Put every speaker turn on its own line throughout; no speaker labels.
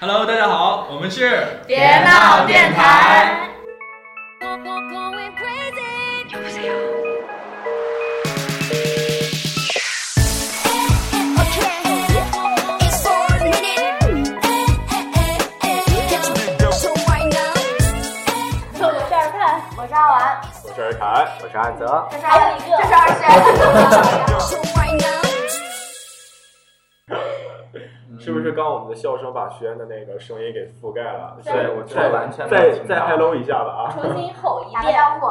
Hello，大家好，我们是
别闹电台。
我是二盼，
我是阿丸，
我是尔凯，我是安泽。
这是
还有一个
这是二轩。
是不是刚刚我们的笑声把学员的那个声音给覆盖了？
对
再
我
再
完全没有
再
听到
再 hello 一下吧啊！
重新吼一
打个
遍。
招呼。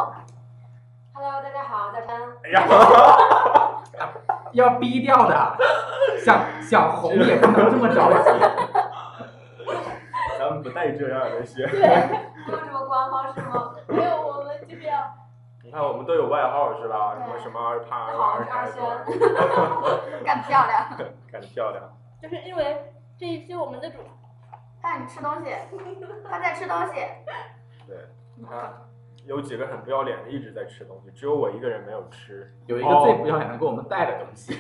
Hello，大家好，大家。
哎呀，
要逼掉 的，想想红也不能这么着急。
咱们不带这样的学。
对，
有什么官方是吗？
没有我们就是要
你看，我们都有外号是吧？什
对
么什么二胖、二
好我是
凯
二， 干漂亮。
干得漂亮。
就是因为这一期我们的主
看你吃东西，他在吃东西。
对，你看，有几个很不要脸的一直在吃东西，只有我一个人没有吃。
有一个最不要脸的给我们带了东西，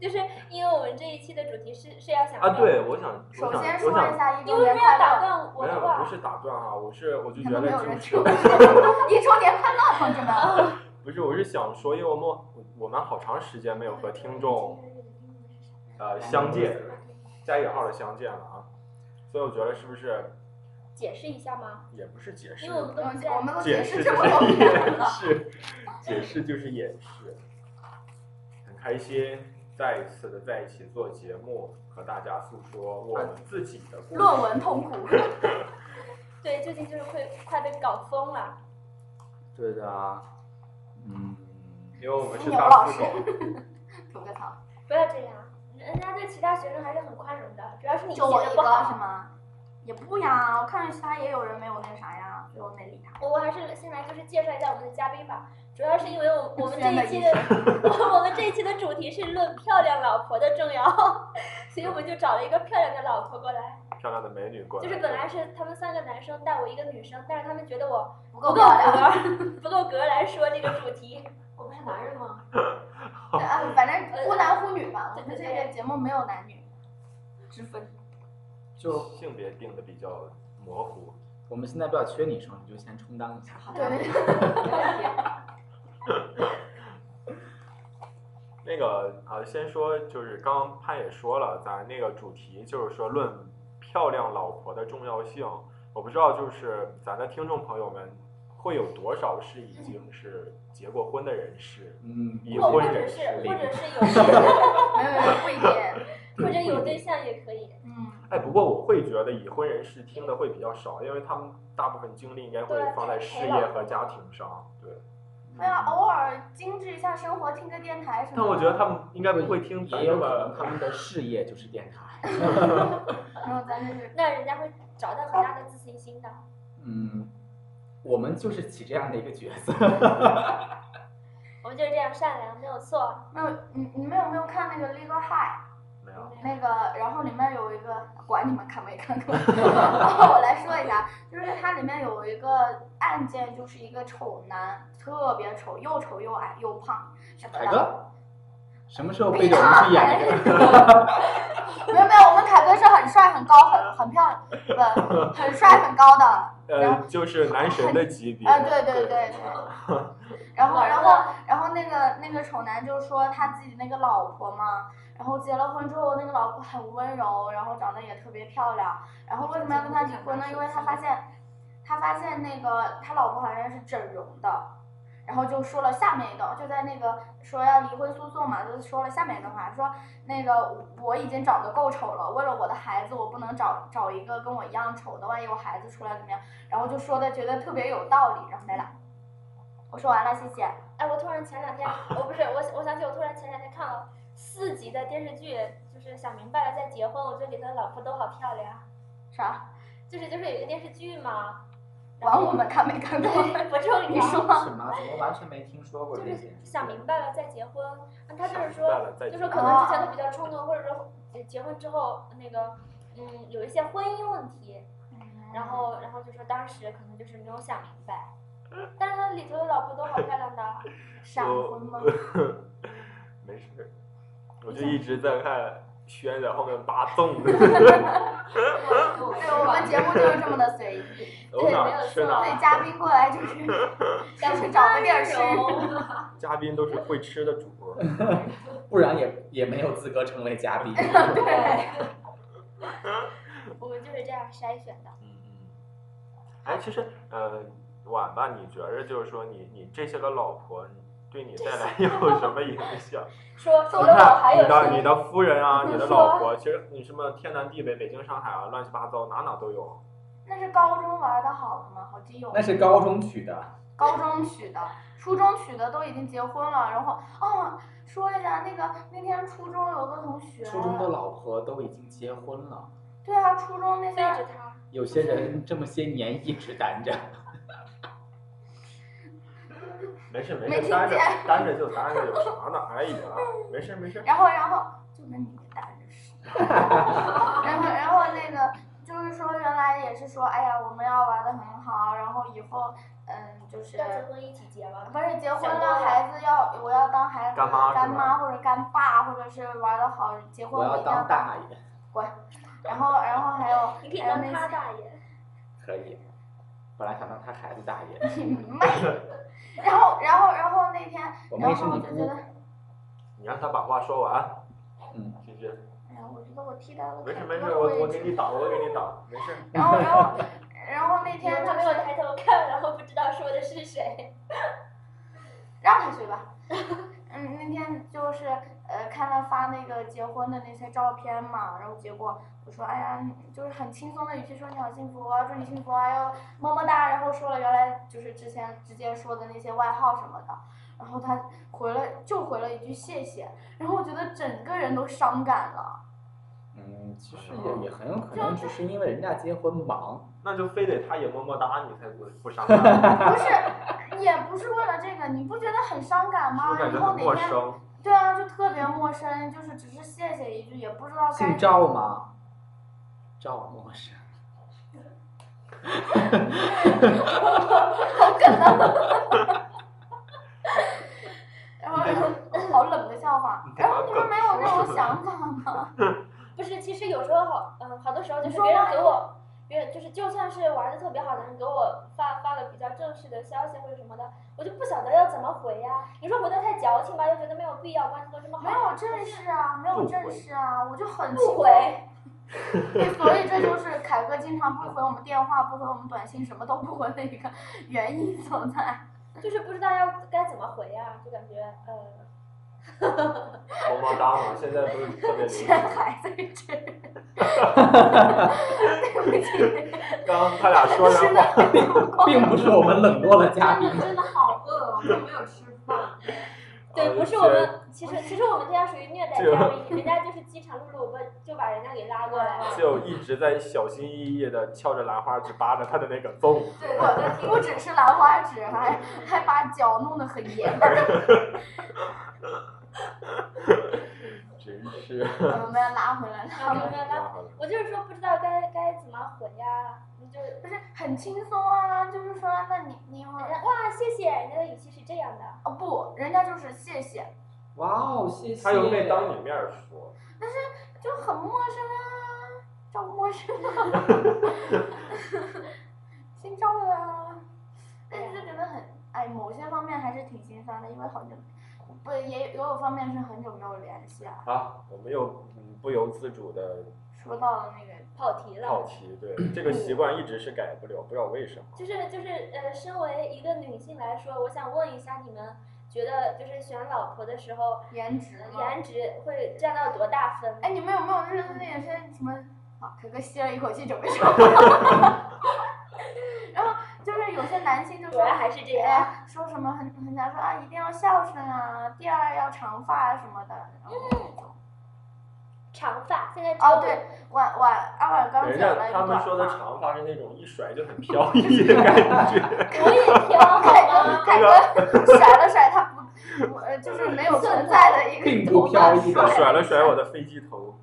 就是因为我们这一期的主题是是要想
啊，对，我想，
首
我想，
先
我
说一
想，
下一
你
周
为什
年
么要
快
打
乐。
断我
没
的
有，不
话？
是打断啊，我是我就觉
他们
得
没有人
就
吃
是
东西。一周年快乐，同志们！
不是，我是想说，因为我们我我们好长时间没有和听众呃相见，加引号的相见了啊，所以我觉得是不是
解释一下吗？
也不是解释
因，为我们都
我
不
们
在
我，们都
解
解
释
释
就
这
是
么多遍
掩
了。
饰，解释就是掩饰。很开心再一次的在一起做节目，和大家诉说我们自己的 故
论
事。
文痛苦，
对，最近就是快快被搞疯了。
对的啊，
嗯，
因为我们是
牛
大
老
四
师
狗，
吐个槽。
不要这样，人家对其他学生还是很宽容的，主要是你写
就我一
的
个
不
是
好。
吗？也不呀，我看其他也有人没有那啥呀，所以我没理他。
我我还是先来就是介绍一下我们的嘉宾吧，主要是因 为我我们这
轩的
一期的 我们这一期的主题是论漂亮老婆的重要，所以我们就找了一个漂亮的老婆过来。
漂亮的美女过来。
就是本来是他们三个男生带我一个女生，但是他们觉得我
不
不够
够
格
漂亮。
儿，不够格儿来说这个主题。
我们是男人吗？啊，反正忽男忽女吧。我们这个节目没有男女 之分。
就
性别定的比较模糊。
我们现在比较缺女生，你就先充当一下。
对对对。
那个呃，先说就是刚刚潘也说了，咱那个主题就是说论漂亮老婆的重要性。我不知道就是咱的听众朋友们会有多少是已经是结过婚的人士，
嗯，
已
或或
婚
者
人
是
士。
或者是有
没有没有不一定。
或者有对象也可以。
嗯，
哎，不过我会觉得已婚人士听的会比较少，因为他们大部分精力应该会
对
放在
陪
事
老
业和
婆
家庭上。对，
对啊，偶尔精致一下生活，听个电台什么的。
但我觉得他们应该不会听咱
也有
们
可能
的。
他们的事业就是电台。
没有咱就是
那人家会找到很大的自信心的。
嗯，我们就是起这样的一个角色。
我们就是这样善良，没有错。
没有你你们有没有看那个《Legal High》
没有，
那个？然后里面有一个，管你们看没看 过，然后我来说一下，就是它里面有一个案件，就是一个丑男，特别丑，又丑又矮又胖什么
凯
的。
哥，什么时候背着我们去演这个？
没有没有，我们凯哥是很帅、很高、很很漂亮，不，很帅、很高的。然
呃，就是男神的级别。
啊，对对对
对
对。然后，然后，然后那个那个丑男就说他自己那个老婆嘛，然后结了婚之后，那个老婆很温柔，然后长得也特别漂亮。然后为什么要跟他离婚呢？因为他发现，他发现那个他老婆好像是整容的，然后就说了下面一段，就在那个说要离婚诉讼嘛，就说了下面一段话，说那个我已经长得够丑了，为了我的孩子，我不能找找一个跟我一样丑的，万一我孩子出来怎么样？然后就说的觉得特别有道理，然后没了。我说完了，谢谢。
哎，我突然前两天，我不是我我想起我突然前两天看了四集的电视剧，就是想明白了再结婚，我觉得里头的老婆都好漂亮。
啥？
就是就是有一个电视剧嘛，然
管
后
我们看没看过？
不重
哦你
要。
说
什么？怎么完全没听说过
就
这些
是？想明白了再结婚。那他就是
想明白了
说，
再结
就说
婚
可能之前都比较冲动，或者说呃结婚之后那个，嗯，有一些婚姻问题，然后然后就说当时可能就是没有想明白。但是他里头的老婆都好漂亮的，
闪婚吗？
没事，我就一直在看轩在后面拔粽子，
对，我们节目就是这么的随 意，
走哪儿吃哪
对，
儿。
嘉宾过来就是就是找个地儿
哎
吃。
嘉宾都是会吃的主。
不然也也没有资格成为嘉宾。
对， 我们就是这样筛选的。
嗯嗯，哎，其实呃，晚吧，你觉着就是说你你这些个老婆你对你带来有什么影响？
说除
你
了我还
看
有
你的你
谁？
的夫人啊，
你
你的
说
老婆，其实你什么天南地北、北京、上海啊，乱七八糟，哪哪都有。
那是高中玩的好的吗？好基友。
那是高中取的，
高中娶的，初中娶的都已经结婚了。然后哦，说一下那个那天初中有个同学，
初中的老婆都已经结婚了，
对啊，初中那
背着
个
他，
有些人这么些年一直单着。
没事
没
没
听
事，单着
见
单着就单着，有啥呢？哎呀，没事没事。
然后然后就跟你单着 似的，然后然后那个就是说原来也是说，哎呀，我们要玩的很好，然后以后嗯就是
要结婚一起结吧。
不是结婚
想多
了，
了
孩子要我要当孩子
干妈是吧
干妈或者干爸，或者是玩的好，结婚
我
我一
要
定要
当。大爷，
然后然后还有
你可以当他大爷，
可以。本来想当他孩子大爷，
你 妹，然后然后然后那天。
我
然
妹是
后我
你
就觉
姑
得，，
你让他把话说完。
嗯，
继续。
哎呀，我觉得我踢到了
没事
很
没
多
事，
的
我我
位
给
置
你挡，我给你 挡，没事。
然后然后然后那
因为
天
他
他没
没有
有
抬头看，然后不知道说的是谁。
让他去吧。嗯，那天就是呃看他发那个结婚的那些照片嘛，然后结果我说哎呀，就是很轻松的语气说你好幸福啊，祝你幸福啊，要么么哒，然后说了原来就是之前之前说的那些外号什么的，然后他回了就回了一句谢谢，然后我觉得整个人都伤感了。
嗯，其实也也很有可能只是因为人家结婚忙，
那就非得他也么么哒，你才不 不伤感，
不是，也不是为了这个，你不觉得很伤感
我
吗？
感
以
觉
后
很
哪
陌
天，
生。
对啊，就特别陌生，就是只是谢谢一句，也不知道该
姓。赵吗？赵默 笙。
然后，然后 好冷的笑话
你。干
然
嘛
后你们没有
梗
那
说
种想法吗？
不是，其实有时候好，嗯，好多时候就
你
是
说
别人
话
给我，别人就是就算是玩的特别好的人给我发发了比较正式的消息或者什么的，我就不晓得要怎么回呀、你说回的太矫情吧，又觉得没有必要，关系都这么好，
没有正式啊，没有
不
正
回
式啊，我就很气
不。回。
对，所以这就是凯哥经常不回我们电话，不回我们短信，什么都不回的一个原因所在。
就是不知道要该怎么回呀、就感觉呃，
么么哒嘛，现在不是特别流
现
行。
在还在这儿，对
刚刚他俩说完话，
并不是我们冷落了嘉
但
宾
是，真的好饿，
哦
我们没有吃饭。
对，
呃
不是我们，其实其实我们这样属于虐待
这个
嘉宾，人家就是饥肠辘辘，我们就把人家给拉过来了。
就一直在小心翼翼的翘着兰花指扒着他的那个粽子。
对，我在
不
听
不只是兰花指，还还把脚弄得很严实。
真是。
我们要拉回来了，
然后就说拉，我就是说不知道该该怎么回呀、你就
不是很轻松啊，就是说，那你你一会儿
哇谢谢，人家的语气是这样的。
哦不，人家就是谢谢，
哇哦，谢谢。
他又没当你面儿说，
就很陌生啊，赵陌生啊，姓赵的啊， 但是就觉得很，哎，某些方面还是挺心酸的，因为好久，不也也有方面是很久没有联系啊。
啊，我们又嗯不由自主的
说到了那个，
跑题
好
了。
奇，对这个习惯一直是改不了，不知道为什么。
就是就是呃，身为一个女性来说，我想问一下你们，觉得就是选老婆的时候，呃
颜值吗
颜值会占到多大分？
哎，你们有没有就是那个是什么？啊，可哥吸了一口气，准备说话。 然后就是有些男性就
主
说
要，还是这
哎
样。
呀，说什么很很想说啊，一定要孝顺啊，第二要长发啊什么的。然后
长发，现在只有
哦，对，晚晚阿晚刚
人
剪
家
了一
他
个
们
短
说的
发。
长发是那种一甩就很飘逸的感觉，
我也挑好吗？
凯哥甩了甩他不，不呃就是没有存在的一个
并不飘逸的
甩了甩我的飞机头。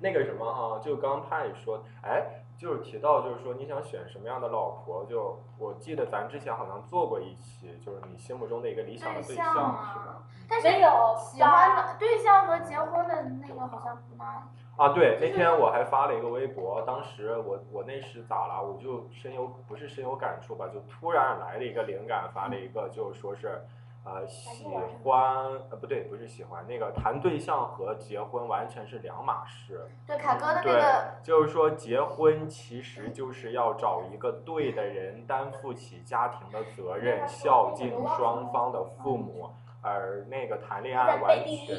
那个什么哈、就刚派说，哎，就是提到就是说你想选什么样的老婆，就我记得咱之前好像做过一期，就是你心目中的一个理想的
对
对
象
象，是吧？
啊。但是
没有
喜欢的对象和结婚的那个好像不那。
啊，对，那天我还发了一个微博，当时我我那时咋了？我就深有不是深有感触吧，就突然来了一个灵感，发了一个就是说是，呃，喜欢呃不对，不是喜欢那个谈对象和结婚完全是两码事。
对凯哥的那
对
个，
就是说结婚其实就是要找一个对的人，担负起家庭的责任，孝敬双方的
嗯
父母。而那个谈恋爱完全，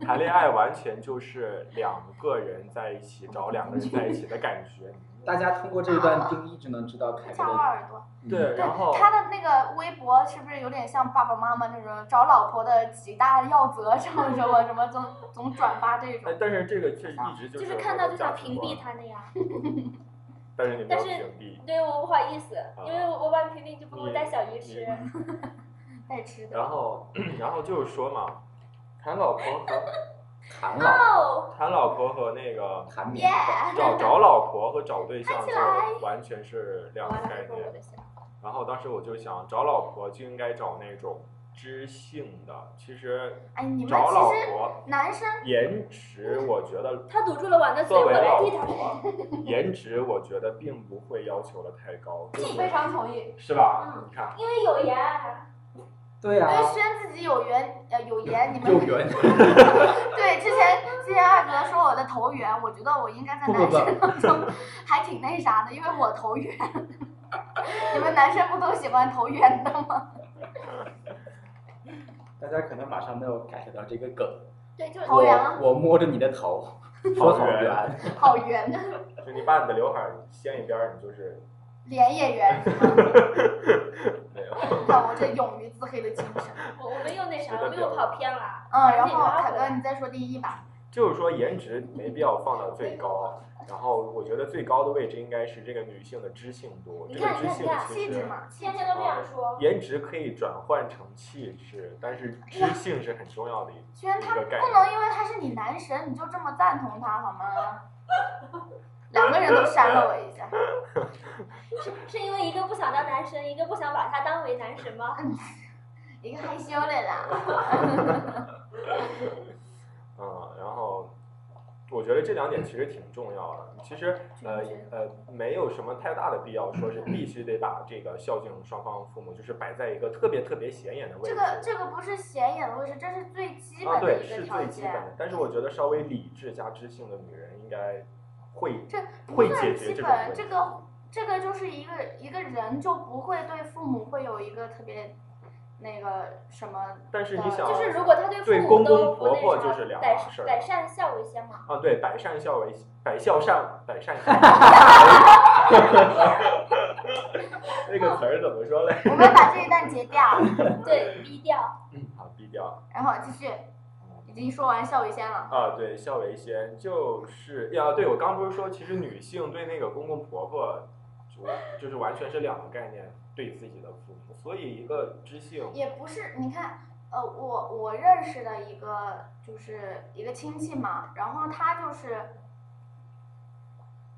谈恋爱完全就是两个人在一起找两个人在一起的感觉。
大家通过这段定义就能知道凯哥
掐我
的。嗯
耳朵。
对，
对
然后
他的那个微博是不是有点像爸爸妈妈那种找老婆的几大要则什么什么什么总总转发这
哎
种？，
但是这个却一直
就
就是
是看到
我
就
的价
想
值
屏蔽
观，
他那样。
但是你没
但
有
是
屏蔽。
对，我不好意思，因为我我把屏蔽就不
啊你
能带小鱼哦吃。
带吃的。
哎然后 然后就是说嘛，谈老婆和
谈老
哦，
谈老婆和那个
谈
耶
免，
找找老婆和找对象
看起
就完全是两
完
个
了，
概
这个我
念。
的想法。
然后当时我就想，找老婆就应该找那种知性的。其实
哎，你们
找老
其实
婆，
男生
颜值我觉得
他堵住了碗的嘴，
作
呃我
为
来
老
替他。
婆，颜值我觉得并不会要求的太高，
非常同意。
是吧？你看，
因为有颜，
对
因
啊
为，轩自己有缘呃有颜，你们
有缘。
对之前之前二哥说我的头圆，我觉得我应该 在
不
男
不
生
不
当中还挺那啥的，因为我头圆。 你们男生不都喜欢头圆的吗？
大家可能马上没有 get 到这个梗。
对，就
头圆啊
我我摸着你的头，说好
好圆
圆。
好圆，
就你把你的刘海掀一边儿，你就是
脸也圆。
没有。
看我这勇于自黑的精神。
我我们又那啥，
是的
我们又跑偏了。
嗯，然
赶紧
后
拉
凯
回
哥，
来
你再说第一吧。
就是说颜值没必要放到最高，然后我觉得最高的位置应该是这个女性的知性度。
你
这个
看
知
你看
性
你看
其
气
实
质嘛，气
天
质。
天都这样说，
颜值可以转换成气质，但是知性是很重要的一
虽然他
一个概
不
念。
能因为他是你男神，你就这么赞同他好吗？ 两个人都扇了我一下。
是是因为一个不想当男神，一个不想把他当为男神吗？
一个害羞的啦，
嗯，然后我觉得这两点其实挺重要的。其实呃呃，没有什么太大的必要说是必须得把这个孝敬双方父母，就是摆在一个特别特别显眼的位
这
置。
个这个不是显眼的位置，这是最基
啊，
本的
对，
一个
是
条
最基本
件。
的。但是我觉得稍微理智加知性的女人应该会
这
会
不
解
算
决
基
这种
本，
问
这
题
个这个就是一个一个人就不会对父母会有一个特别那个什么。
但是你想
就是如果他对
对
父母
公
都
公
不
婆婆
那
就是
啥，
两
百
码事儿
百善孝为先嘛。
啊，对，百善孝为百孝善，百善孝。那个词儿怎么说嘞？
我们把这一段截掉，
对，低调。
嗯好，低调。
然后继续，已经说完孝为先了。
啊，对，孝为先，就是呀，对我刚不是说，其实女性对那个公公婆婆，就就是完全是两个概念，对自己的父母，所以一个知性，
也不是，你看，呃，我我认识的一个就是一个亲戚嘛，然后他就是，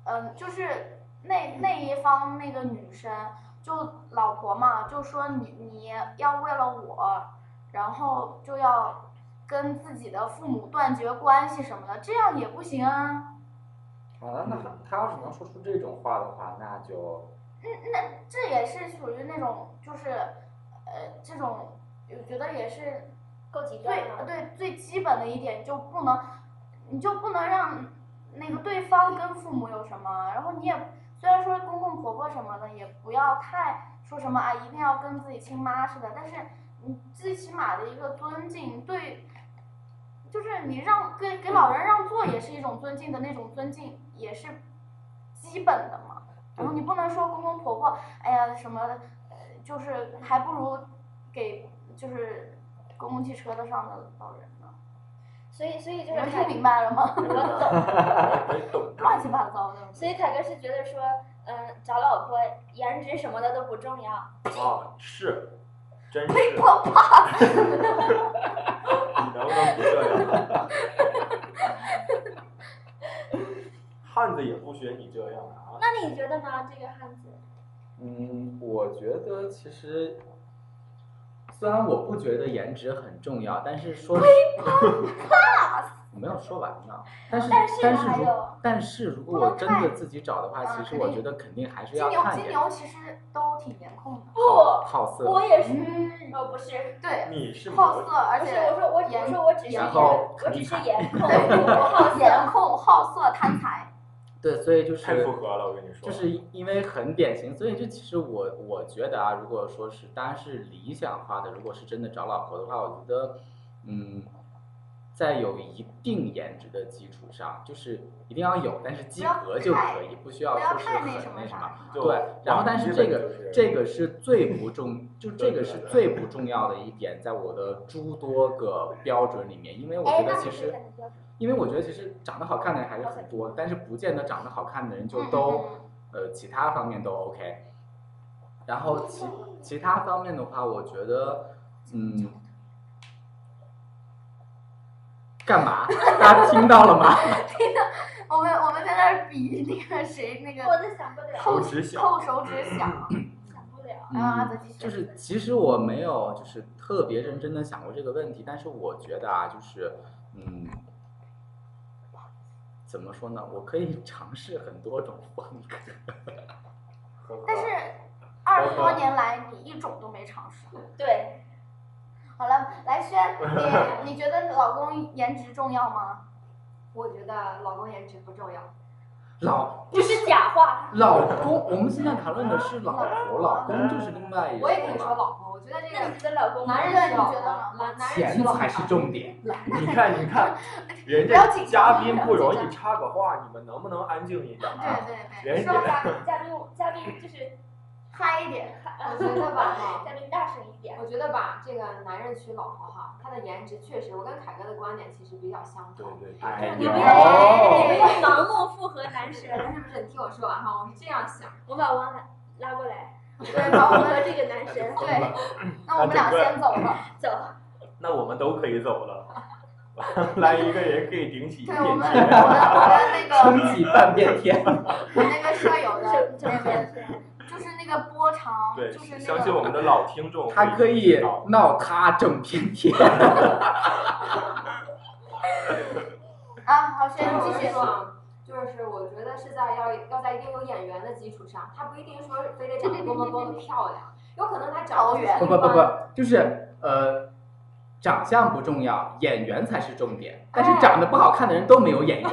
嗯、就是那那一方那个女生就老婆嘛，就说你你要为了我，然后就要跟自己的父母断绝关系什么的，这样也不行啊。
好了，那他他要是能说出这种话的话，那就
那这也是属于那种就是，呃，这种我觉得也是
够极端
对呃
了。
对，最基本的一点就不能，你就不能让那个对方跟父母有什么，然后你也虽然说公公婆婆什么的也不要太说什么啊，一定要跟自己亲妈似的，但是你最起码的一个尊敬对，就是你让给给老人让座也是一种尊敬的那种尊敬，也是基本的嘛。然后你不能说公公婆婆，哎呀什么，呃就是还不如给就是公共汽车的上的老人呢。
所以所以
你
就是
们
凯
听明白了吗？
没懂。
乱七八糟的。
所以凯哥是觉得说，嗯，找老婆颜值什么的都不重要。
啊，是，真是，
呸
你
啪啪！
能不能不这样？汉子也不学你这样啊！
那你觉得呢？这个汉子，
嗯，我觉得其实虽然我不觉得颜值很重要，但是说， 我没有说完呢。但是
但是
但是
还
如
有
但是如果
不
我
能
真
太
的自己找的话，
啊
其实
肯
我
定
觉得肯定还是
金
要
牛
看
金
点
牛其实都挺颜控的，
好
不，
好色，
我也是，
嗯，
呃，不是，
对，
你是
好
摩
色，而
不是，
且
我说我只
颜
我说我只是
然
颜，
后
我只是 颜控，
对
我好
颜
颜，
控、好色、贪财，
对，所以就
太
是
符合了，我跟你说。
就是因因为很典型，所以就其实我我觉得啊，如果说是当然是理想化的，如果是真的找老婆的话，我觉得，嗯，在有一定颜值的基础上，就是一定要有，但是及格就可以，不需要
不要
说是
太
很
那
那
什么
什么。
啥。嗯
就
对，然后但是这
就
个
是
这个是最不重，就这个是
对对对
最不重要的一点，在我的诸多个标准里面，因为我觉
哎，
得
那
其
你是
实，
怎么标
嗯
准？
因为我觉得其实长得好看的人还是很多，但是不见得长得好看的人
嗯
就都。呃，其他方面都 OK。然后其其他方面的话，我觉得，嗯，干嘛？大家听到了吗？
我们我们在那儿比那个谁那
我
个
都想不了，
手指小，
扣手指响，
想不了。
啊，
嗯，
再继续
就是其实我没有就是特别认真的想过这个问题，但是我觉得啊，就是嗯，怎么说呢？我可以尝试很多种风格。
呵呵
但是二十多年来你一种都没尝试。
对，
好了，来轩，你你觉得老公颜值重要吗？
我觉得老公颜值不重要，
老
这是假话。
老公，我们现在谈论的是老婆，老公就是另外一个嘛。
我也可以说老婆。我觉得这
那
个
你觉得老公
男
那
人
你
娶
觉
老
得呢
婆，男男人娶
钱
老婆
才是重点。
你看 你看，人
不要
家
紧张
嘉宾不容
不要
易
紧
插个话，你们能不能安静一点啊？
对对对，
人
说
家
嘉宾嘉宾嘉宾就是
嗨一 点，
我觉得吧 哈，
嘉宾大声一点。
我觉得吧，这个男人娶老婆哈，他的颜值确实，我跟凯哥的观点其实比较相
对
同。
对对，
哎
你
呦
不要
哦
你不要盲目附和男神，
是不是？你听我说完哈，我是这样想，
我把王涵拉过来，
对，
把
把
我
我
和
们
这个男神
对，那我们俩先走了，
走。
那我们都可以走了。 来一个人可以顶起一
对我
片
们我们我
天。
们
撑起半边天。
那个那个舍友的
整
那边，
整半天，
就是那个波长，
对
啊就是，那
相信 我
个
们的老听众
他可以
知道
闹他整片 天。
啊，好，轩
先
继
继续
续
说。啊，就是我觉得是在要要在一定有眼缘的基础上，他不一定说非得长得多么多么漂亮，有可能他长得
桃
不
源
不不不，就是呃，长相不重要，眼缘才是重点。但是长得不好看的人都没有眼缘。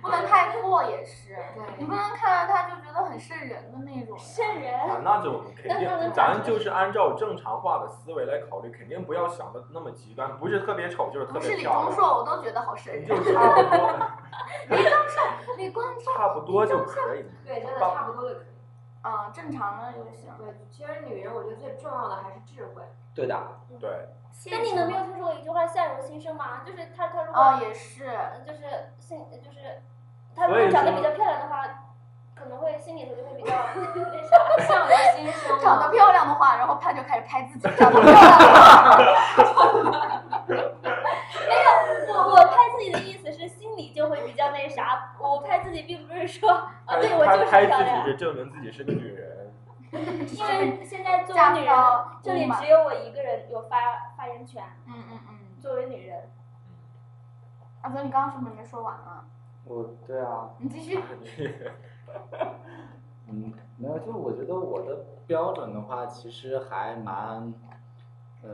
不能太过也是，你
对
不能看着他就觉得很瘆人的那种呀。
瘆
啊
人。，
那就我们肯
那他
定，
们
咱就是按照正常化的思维来考虑，肯定不要想的那么极端，不是特别丑就是特
不是
别
李
漂
钟
亮，
硕，我都觉得好瘆
就
人。
差不多，
李光硕，
差不多就可以。
对，真的差不多就可以。
嗯，正常的就行。
对，其实女人我觉得最重要的还是智慧。
对的，
对，
那你能没有听说过一句话“相由心生”吗？就是他他如果
哦，也是，
呃就是心就是，她如
所
果
以
长得
说
比较漂亮的话，可能会心里头就会比较 那啥。
相由心生
长
嘛
得。漂亮的话，然后他就开始拍自己长得漂亮的 话。
没有，我我拍自己的意思是心里就会比较那啥。我拍自己并不是说啊，对我
他
就是
拍
漂
自己
亮，
是证明自己是个女人，
因为现在作
嫁不
为女人，
到
这里
嗯
只有我一个人有发发言权。
嗯嗯嗯。
作为女人，
阿啊泽，你刚刚是不是没说完啊？
我对啊，
你继续。
嗯，没有，就我觉得我的标准的话，其实还蛮，呃，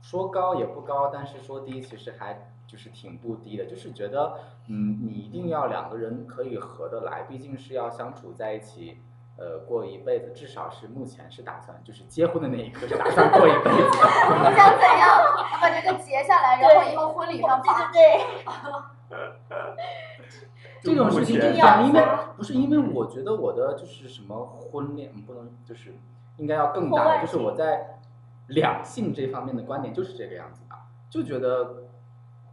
说高也不高，但是说低其实还就是挺不低的，就是觉得，嗯，你一定要两个人可以合得来，毕竟是要相处在一起，呃，过一辈子，至少是目前是打算，就是结婚的那一刻是打算过一辈子的。
你想怎样 把这个结下来，然后以后婚礼上
对
发？
对对，
这种事情
就
就
目
是
前
因为不是因为我觉得我的就是什么婚恋嗯不能就是应该要更大
婚外
的，就是我在两性这方面的观点就是这个样子的，就觉得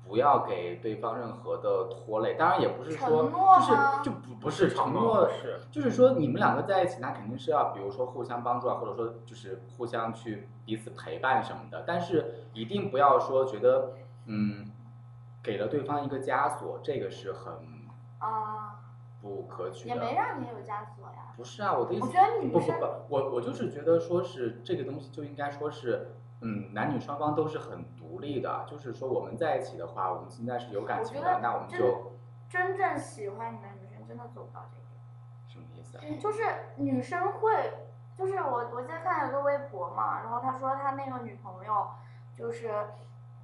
不要给对方任何的拖累，当然也不是说
承诺
就是
吗
就不不是承
不
诺，
是
就是说你们两个在一起，那肯定是要比如说互相帮助啊，或者说就是互相去彼此陪伴什么的，但是一定不要说觉得嗯给了对方一个枷锁，这个是很。
啊，
不可取
也
的。
没让你有枷锁呀。
不是啊，我的意思，
我觉得女
不不
生
不，我我就是觉得说是这个东西就应该说是，嗯，男女双方都是很独立的，就是说我们在一起的话，我们现在是有感
我
情
觉
的
得，
那我们
真
就
真正喜欢你的女生真的做不到这一点。
什么意思啊？
嗯就是女生会，就是我我今天看有个微博嘛，然后他说他那个女朋友就是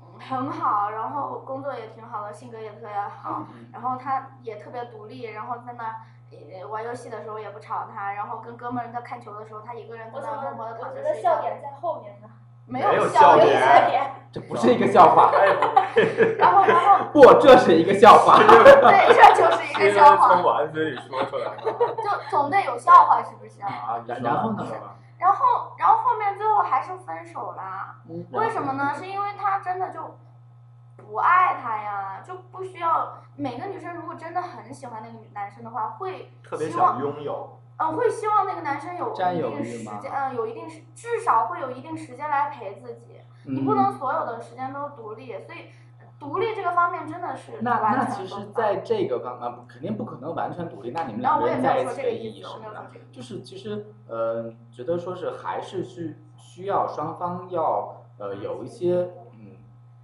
嗯很好，然后工作也挺好的，性格也特别
嗯
好，然后他也特别独立，然后在那。呃玩游戏的时候也不吵他，然后跟哥们儿在看球的时候，他一个人在
我怎
那
么
默默的
我
躺
觉
着
得
睡
笑
觉，
点在后面呢？
没
没有
有
笑
点
点
笑点，
这不是一个笑话，
哎，我
然后然 后
不，这是一个笑话。
对，这就是一
是
个
因为
笑话
从，我安嘴里说出来的。
就总得有笑话是不是？
啊，你
然
说吧
然后呢？
然后然后后面最后还是分手啦。
嗯
为什么呢？是因为他真的就不爱他呀，就不需要。每个女生如果真的很喜欢那个女男生的话，会
特别
希望
想拥有，
嗯、会希望那个男生有一
占有
定
欲
时
吗
间，嗯，有一定时，至少会有一定时间来陪自己。
嗯
你不能所有的时间都独立，所以独立这个方面真的是
那
完
那其
全做
实
不，到
在这个方啊，肯定不可能完全独立。那你们
然
两
后
个
我也
人
没
在一起的
有说这个
意
意
义
思，
是
我
什
没
么
有说
呢？
这个意思。
就是其实呃，觉得说是还是需需要双方要呃有一些嗯，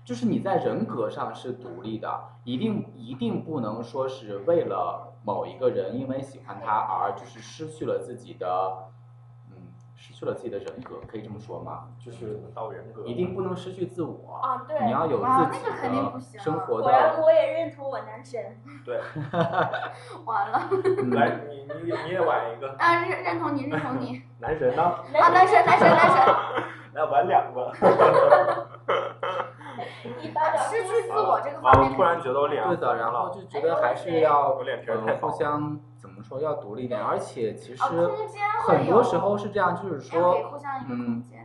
就是你在人格上是独立的，一定一定不能说是为了某一个人因为喜欢他而就是失去了自己的嗯失去了自己的人格，可以这么说吗？就是
到人格，
一定不能失去自我。
啊，对，
你要有
啊
自己
哦那个肯定不
的
行
生活
果然
的，
我也认同我男神。
对。
完了，
嗯
来，你你也你也玩一个，
啊，认认同你，认同 你
男神呢？
啊，男神，男神，男神，
来玩两个。
一 巴掌
失去自
我。
我这个
啊，
方
我
面
突然觉得我脸
对
红
的，然后
了，
就觉得还
哎
是要
我脸皮儿太
呃
薄
互相怎么说要独立一点，而且其实
啊，空间会有，
很多时候是这样，就是
要给
说
互相一个
嗯
空间。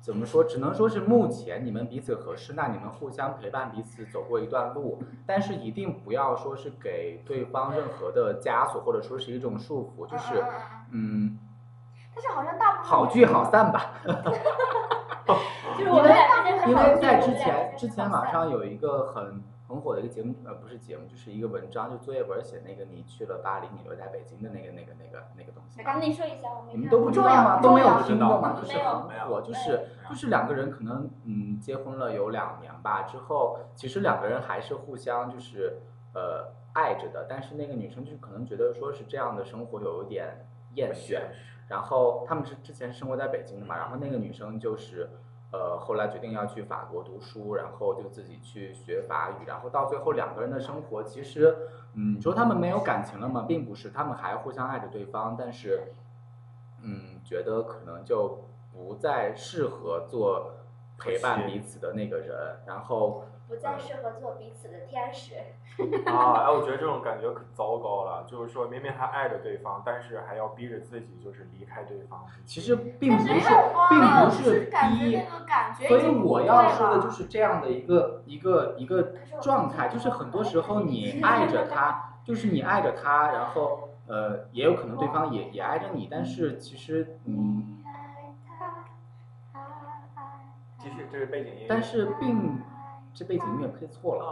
怎么说，只能说是目前你们彼此合适，那你们互相陪伴彼此走过一段路，但是一定不要说是给对方任何的枷锁，或者说是一种束缚，就
嗯
是
嗯嗯嗯
嗯，
但是好像大部分
好
人
聚好散吧。
就是我们俩之间是
因
好
为
聚
在之
我
前
们俩
之
间是
前
好
网
散
上有一个很很火的一个节目，呃，不是节目，就是一个文章，就作业文写那个你去了巴黎，你留在北京的那个那个那个那个东西。
啊，你说一下，我没
你们
看
都
过
不
不
知
重
道
要
吗？
不
都
重
没有
要
听过吗？就是
没有
很火，就是
没有
就是两个人可能嗯结婚了有两年吧，之后其实两个人还是互相就是呃爱着的，但是那个女生就可能觉得说是这样的生活有一点厌倦，然后他们是之前生活在北京的嘛，然后那个女生就是，呃，后来决定要去法国读书，然后就自己去学法语，然后到最后两个人的生活，其实，嗯，你说他们没有感情了吗？并不是，他们还互相爱着对方，但是，嗯，觉得可能就不再适合做陪伴彼此的那个人，然后，
不再适合做彼此的天使。
啊！哎，我觉得这种感觉可糟糕了，就是说明明还爱着对方，但是还要逼着自己就是离开对方。
其实并
但
不
是
是，
没有
并
啊，
不
就是是感
逼
觉那个感觉已
所以
经不
我
对
要说的
了
就是这样的一个一个一个状态，就是很多时候哎你爱着他，就是你爱着他，然后呃，也有可能对方也也爱着你，但是其实嗯，
继续，这是背景音乐。
但是并这背景音乐配错了，
啊，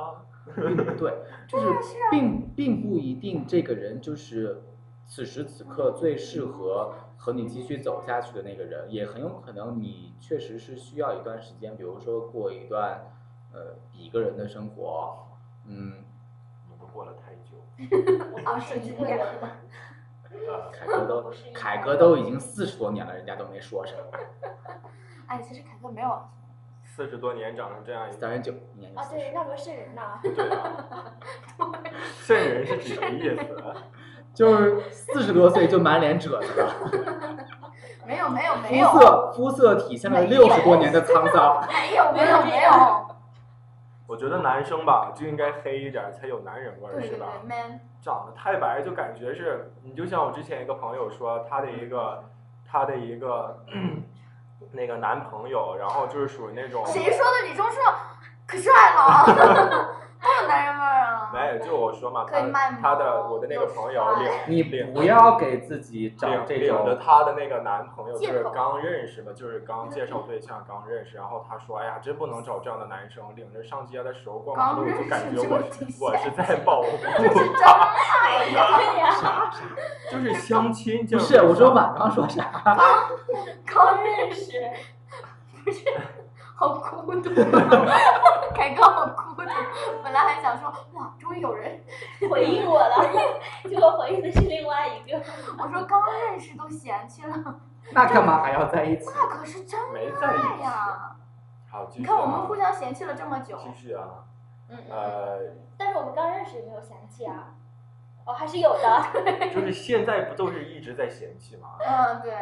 并不对，就是
啊
并并不一定这个人就是此时此刻最适合和你继续走下去的那个人，也很有可能你确实是需要一段时间，比如说过一段呃一个人的生活，嗯，
你们过了太久。
我啊不
嗯
是一个人，
呃，
凯哥
我
都
不是一个啊
凯
人
哥都已经四十多年了，人家都没说什么，
哎，其实凯哥没有，
四十多年长成这样一个，
三十九年就
啊，
四
对，
十，
那不是 人呐。
对啊。瘆人是指什么意思？
就是四十多岁就满脸褶子 了，
没有没有
肤
没有
色肤色体现了六十多年的沧桑。
没有没
没有
有
这
没
样
有，
我觉得男生吧就应该黑一点才有男人味儿，
对
是
对
吧
对？，man，
长得太白就感觉是，你就像我之前一个朋友说，她的一个她的一个那个男朋友，然后就是属于那种
谁说的李钟硕可帅了啊，多有男人味儿啊！吗？
没，就我说嘛，
可以
他的
卖萌
他的我的那个朋友
有帅
领
你
领
不要给自己找
领
这
领着
种，
她的那个男朋友就
借
是
口
刚认识嘛，就是刚介绍对象刚认识，然后她说，哎呀，真不能找这样的男生，领着上街的时候逛马
刚
路
认
就
识
感觉
就
我
有
是
底
我是
线
在 保护她，
真爱呀！
就是相亲，
不
就是
我说晚上说啥？
刚认识，不是，好孤独，啊凯哥好孤独。本来还想说，哇，终于有人。
回应我了，结果回应的是另外一个。
我说刚认识都嫌弃了，
那干嘛还要在一起？
那可是真
没在一
爱
起。
呀！
好，继
你
续
看我们
啊
互，相嫌弃了这么久，
继续啊，
嗯嗯。
呃，
但是我们刚认识也没有嫌弃啊，哦，还是有的。
呃就是现在不都是一直在嫌弃吗？
嗯，对，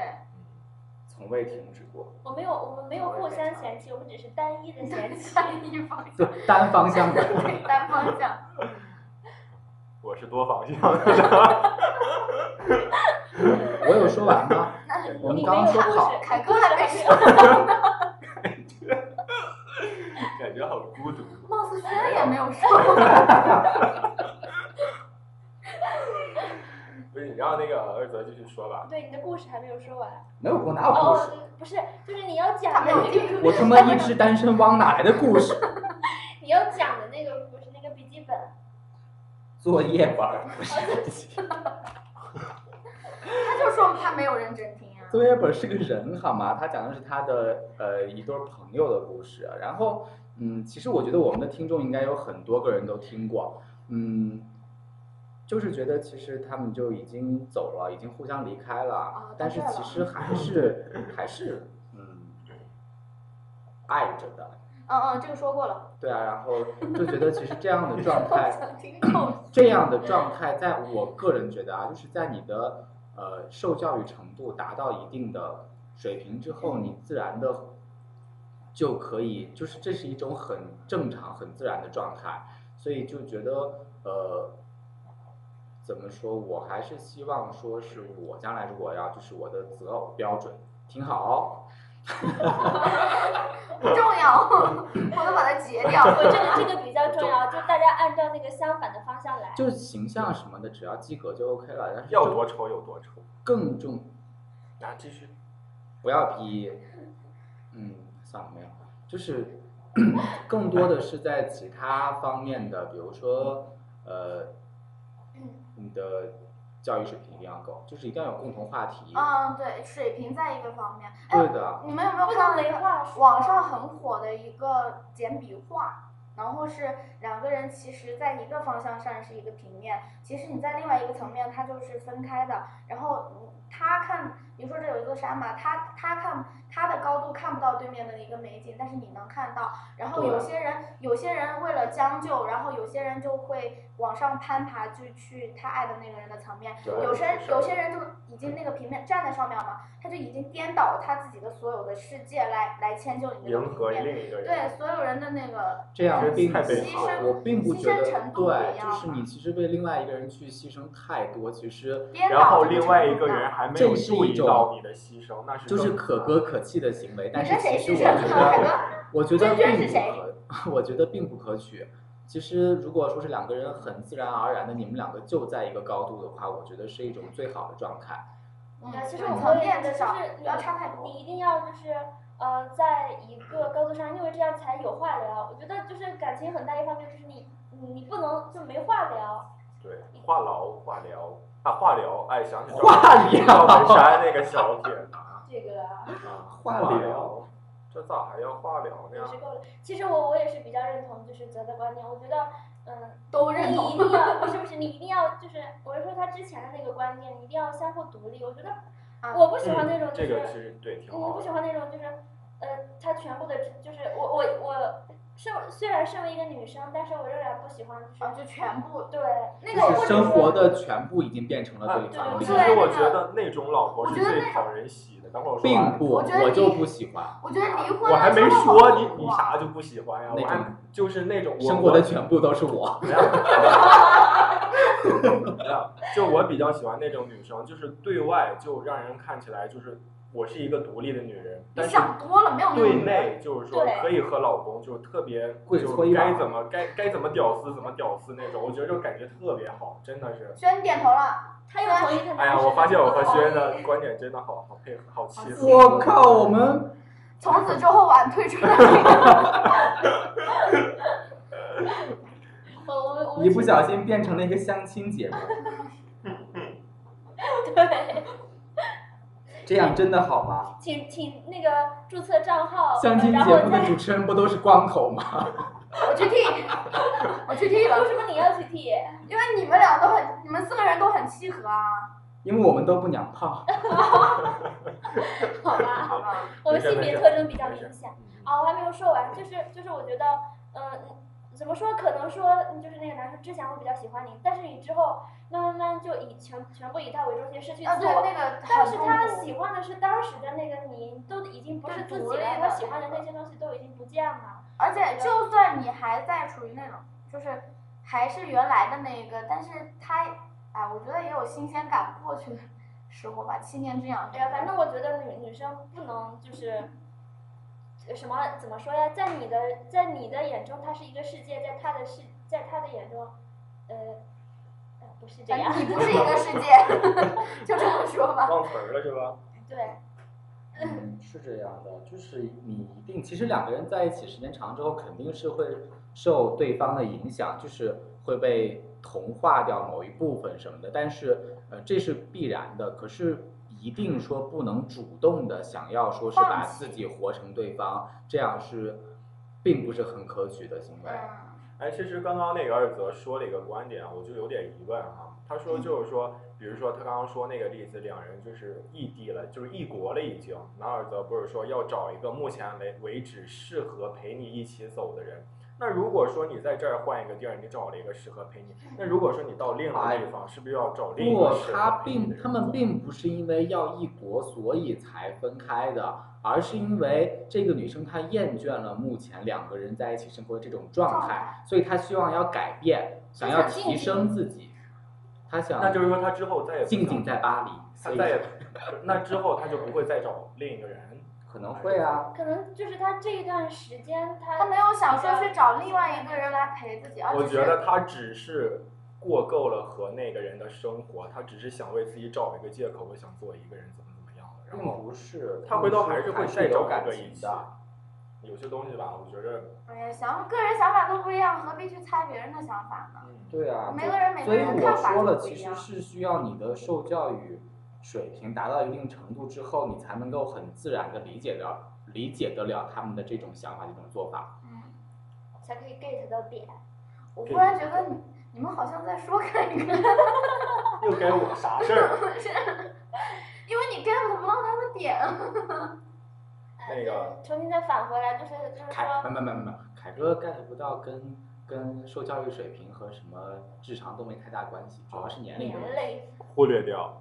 从未停止过。
我没有，我们没有互相嫌弃，我们只是单一的 嫌弃。
单一方
就
向，
单方向的。
对，单方向。
我是 多方向的，
我有说完 吗？
那你
我们
你
刚刚
没
说
有故
好，
事，
凯哥还没
说。
感觉好孤独。
貌似虽然也没有说，
不是，你让那个二泽继续说吧。
对，你的故事还没有说完。
没有，我哪有故事？
哦，不是，就是你要
他
讲
没
的
有
那
定住
个，
我他妈一只单身汪哪来的故事？
你要讲的那个不是那个笔记本。
作业本儿不是
他就说他没有认真听啊。
作业本是个人好吗？他讲的是他的呃一对朋友的故事。然后嗯，其实我觉得我们的听众应该有很多个人都听过，嗯，就是觉得其实他们就已经走了，已经互相离开了，
啊
但是
都这
其
样
实还是还是嗯爱着的。
嗯嗯，这个说过了。
对啊，然后就觉得其实这样的状
我
态，
想听够。
这样的状态，在我个人觉得啊，就是在你的呃受教育程度达到一定的水平之后，你自然的就可以，就是这是一种很正常、很自然的状态，所以就觉得呃，怎么说，我还是希望说是我将来如果要就是我的择偶标准挺好
不重要，我都把它截掉。
我哦这个这个比较重要，就大家按照那个相反的方向来
哦，。就是形象什么的，只要及格就 OK 了，但是
要
就
多丑有多丑。
更重
那、继续。
不要逼，嗯，算了，没有，就是 更多的是在其他方面的，比如说，呃，你的教育水平一定要够，就是一定要有共同话题。
嗯，对，水平在一个方面。哎，
对的，
你们有没有
不
看
能
到
没
一个
话说。
网上很火的一个简笔画，然后是两个人其实在一个方向上是一个平面，其实你在另外一个层面它就是分开的。然后嗯他看，比如说这有一座山嘛，他他看他的高度看不到对面的一个美景，但是你能看到。然后
对
有些人有些人为了将就，然后有些人就会往上攀爬，就去他爱的那个人的层面。
对
有些人
是
有些人就已经那个平面站在上面了嘛，他就已经颠倒他自己的所有的世界来来迁就你的
迎合
平面，
另一个
对
人。
所有人的那个
这样
是
并不
太被
好
牺牲
我并不觉得
牺牲程度不一
对，
样
就是
嘛
你其实为另外一个人去牺牲太多，其实
颠倒。
然后另外一个人，还没有
这是一
注意
种
到你的牺牲，那是
就
更
是可歌可泣的行为。但
你
是
跟谁
其实
去
我
上
觉
课？
得
凯。 哥，
我觉得
真真
并
是
不
谁
可， 我觉得并不可取。其实，如果说是两个人很自然而然的，你们两个就在一个高度的话，我觉得是一种最好的状态。
对，其实
嗯
我
层
会
面
就
至少
是
不
你
要差太
你
多。
一定要就是呃，在一个高度上，因为这样才有话聊。我觉得就是感情很大一方面就是你你你不能就没话聊，
对话痨、话聊啊，话聊，哎，想起赵
话
赵本
聊，
山那个小品啊，
这个
话
话
聊，
聊，这咋还要话聊
也
啊
呢
是？够了。其实我我也是比较认同就是泽的观点，我觉得 嗯。
都
你
认
一
同。
定要，不是不是，你一定要就是，我是说他之前的那个观念，你一定要相互独立。我觉得
啊
我不喜欢那种就
嗯这
是，
个是对挺
我
好
不喜
的，
欢那种就是，呃，他全部的就是我我我，身虽然身为一个女生，但是我仍然不喜欢就是、
啊，就全部
对那
就
个
是生活的全部已经变成了对方的
其实
对那个
我觉得那种老婆
我
是
觉得
最
那
讨人喜的。等会儿我说
并
完，
不，
我觉得
我就
你
不喜欢
我觉得离婚
我
了
还没
真的好
说你
痛苦
你
啊
啥就不喜欢呀？
那
我
种
还就是那种我
生活的全部都是我。
没有就我比较喜欢那种女生，就是对外就让人看起来就是我是一个独立的女人，
你
但是
想多了，没有那
对
种
内就是说
对
可以和老公就特别
跪
就
搓衣
该
板
怎么该该怎么屌丝怎么屌丝那种，我觉得这种感觉特别好，真的是。
轩，你点头了，
他又同意他
哎呀，我发现我和轩的观点真的好好配合，好契合。
我靠，我们
从此之后晚退出 了。
我我们我们
一不小心变成了一个相亲节 目，
对，
这样真的好吗？
请请那个注册账号，
相亲
然
节
后
目的
再
主持人不都是光头吗？
我去替，我去替了
为，什么你要去剃？
因为你们俩都很，你们四个人都很契合啊，
因为我们都不娘炮。
好吧。
好吧？
我们性别特征比较明显。啊，我还没有说完，就是就是我觉得，嗯、怎么说？可能说嗯就是那个男生之前会比较喜欢你，但是你之后慢慢慢就以全全部以他为中心，失去
啊，
自
对，
我。
那个
但
很
是
痛
他
苦
喜欢的是当时的那个你，都已经不是自
对
己
独立
了，
的
他喜欢的那些东西都已经不见了。
而且就算你还在处于那种，就是还是原来的那一个，但是他，哎，我觉得也有新鲜感过去的时候吧，七年之痒。
哎
啊
对呀、反正我觉得女女生不能就是。呃什么怎么说呀？在你的在你的眼中，他是一个世界，在他的世，在他的眼中，呃，呃不是这
反
样。
哎正你不是一个世界， 就这么说吧。
忘词儿了是吧？
对，
嗯，是这样的，就是你一定，其实两个人在一起时间长之后，肯定是会受对方的影响，就是会被同化掉某一部分什么的。但是，呃，这是必然的。可是，一定说不能主动的想要说是把
放弃
自己活成对方，这样是并不是很可取的行为。
嗯，
哎，其实刚刚那个二泽说了一个观点，我就有点疑问哈、他
嗯
说就是说，比如说他刚刚说那个例子，两人就是异地了，就是异国了已经。男二泽不是说要找一个目前为为止适合陪你一起走的人。那如果说你在这儿换一个地儿，你找了一个适合陪你，那如果说你到另一个地方，是不是要找另一
不
个，适
他
合陪你的
并
人？
他们并不是因为要异国所以才分开的，而是因为这个女生她厌倦了目前两个人在一起生活的这种状
状
态
态，
所以她希望要改变，想要提升自己，她想
那就是说他之后再也不
静
想
静在巴黎，
他
所以
再 也那之后他就不会再找另一个人。
可能会啊。
可能就是他这一段时间他，
他没有想说去找另外一个
呃
人来陪自己，而
我
只
觉
是
得他只是过够了和那个人的生活，他只是想为自己找一个借口，我想做一个人怎么怎么样的。
并
然后
不是，
他回头还
是
是会再
有
找
感
一个一
情
起
的。。
有些东西吧，我觉着，
哎呀，想个人想法都不一样，何必去猜别人的想法呢？
嗯，
对啊，
每个人每
所
个
以
人
我
看法
说
就
了，
不
其
一
实
样。
是需要你的受教育水平达到一定程度之后，你才能够很自然的理解了理解得了他们的这种想法、这种做法。
嗯，
才可以 get 到点。
我忽然觉得你你们好像在说跟一个人，
又该我啥事儿？
因为你 get 不到他的点。
那个
重新再返回来，就是就是
凯，
说，
没没没没，凯哥 get 不到跟跟受教育水平和什么智商都没太大关系，主要是年龄的
年
问题。
累，
忽略掉，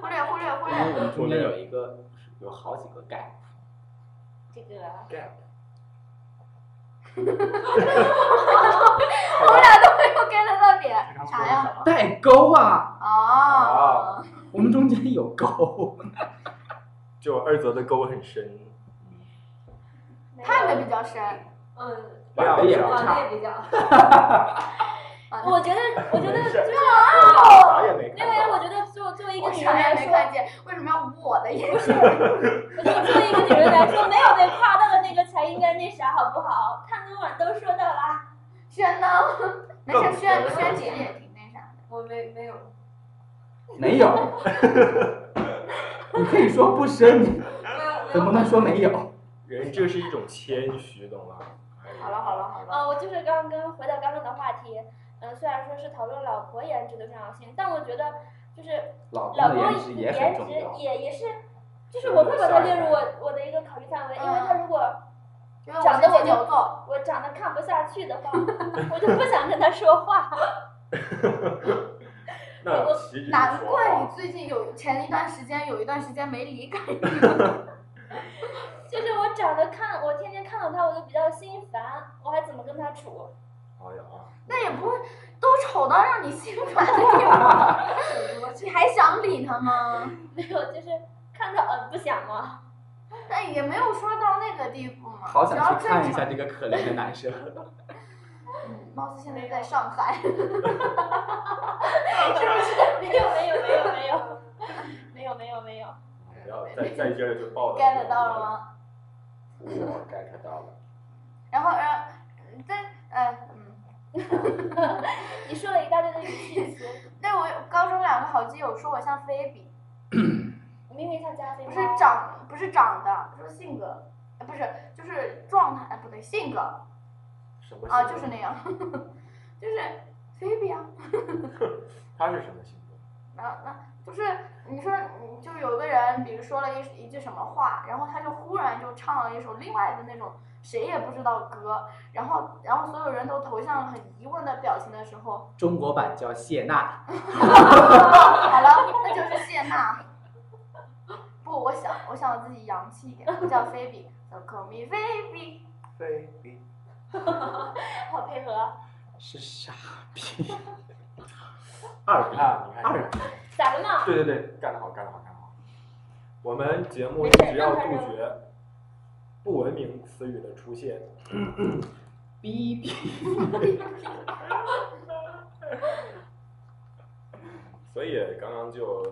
忽略忽略忽
因为我
略，
们中间有一个有好几个 gap，
这
啊
个
gap
我们俩都没有 get 到
他刚
点，
说
啥
了
呀？
啥？
代沟啊，
哦，
我们中间有沟。
就二泽的沟很深，
看的比较深。
嗯，
俩也不
网
差
内比较。
我觉得，我觉得
没
就
事
是，
我啥也没
因
看
为我
到。
觉得作作为一个
我
女
啥
人来
也没
说，
看见，为什么要捂我的眼睛？
我觉得作为一个女人来说，没有被夸到的那个才应该那啥，好不好？看昨晚都说到啊啦，
轩呢？没
更
事，轩
更
轩姐也挺那啥的。
我没没有，
没有， 你可以说不深，你
没有
怎么能说没有？
人这是一种谦虚，懂吗？哎
好了好了好了，
呃，我就是刚刚回到刚刚的话题，嗯、虽然说是讨论老婆颜值的重要性，但我觉得就是
老公
老
的
公
颜值也很重要。
也也是，就是我会把它列入我我的一个考虑范围，因为他如果
因嗯为我
长
是
得我
金
就
牛座，
我长得看不下去的话，我就不想跟他说话。
那岂止
难
说
怪
啊
你最近有前一段时间有一段时间没离开。
就是我长得看，我天天看到他，我就比较心烦，我还怎么跟他处？
哎呀啊，
那也不会都丑到让你心烦的地步， 你还想理他吗？
没有，就是看到嗯不想嘛。
但也没有说到那个地步嘛，
好
只要
想去
正
看一
常。
下这个可怜的男生。
嗯貌似现在在上海，
没有没有没有没有没有没有没有，
不 要再再接着就爆了。
get 到了吗？
我 get 到了，
然后，然后，嗯但，呃，嗯，
你说了一大堆的语气词，
对我高中两个好基友说我像菲比，
明明像加菲
不
猫，
是长，不是长的，说性格，呃不是，就是状态，呃不对，性格
什么星座
啊，就是那样， 就是菲比啊，
他是什么星座？
那那就是你说，嗯就有个人，比如说了一一句什么话，然后他就忽然就唱了一首另外的那种谁也不知道歌，然后然后所有人都投向了很疑问的表情的时候，
中国版叫谢娜，
哦好了，那就是谢娜。不，我想我想我自己洋气一点，我叫菲比，so call me 菲比。
菲比。
好配合，
是傻逼，二逼，
啊，你看
二逼，
咋了嘛？
对对对，干得好，干得好，干得好。我们节目一直要杜绝不文明词语的 出现。
逼逼，
所以刚刚就，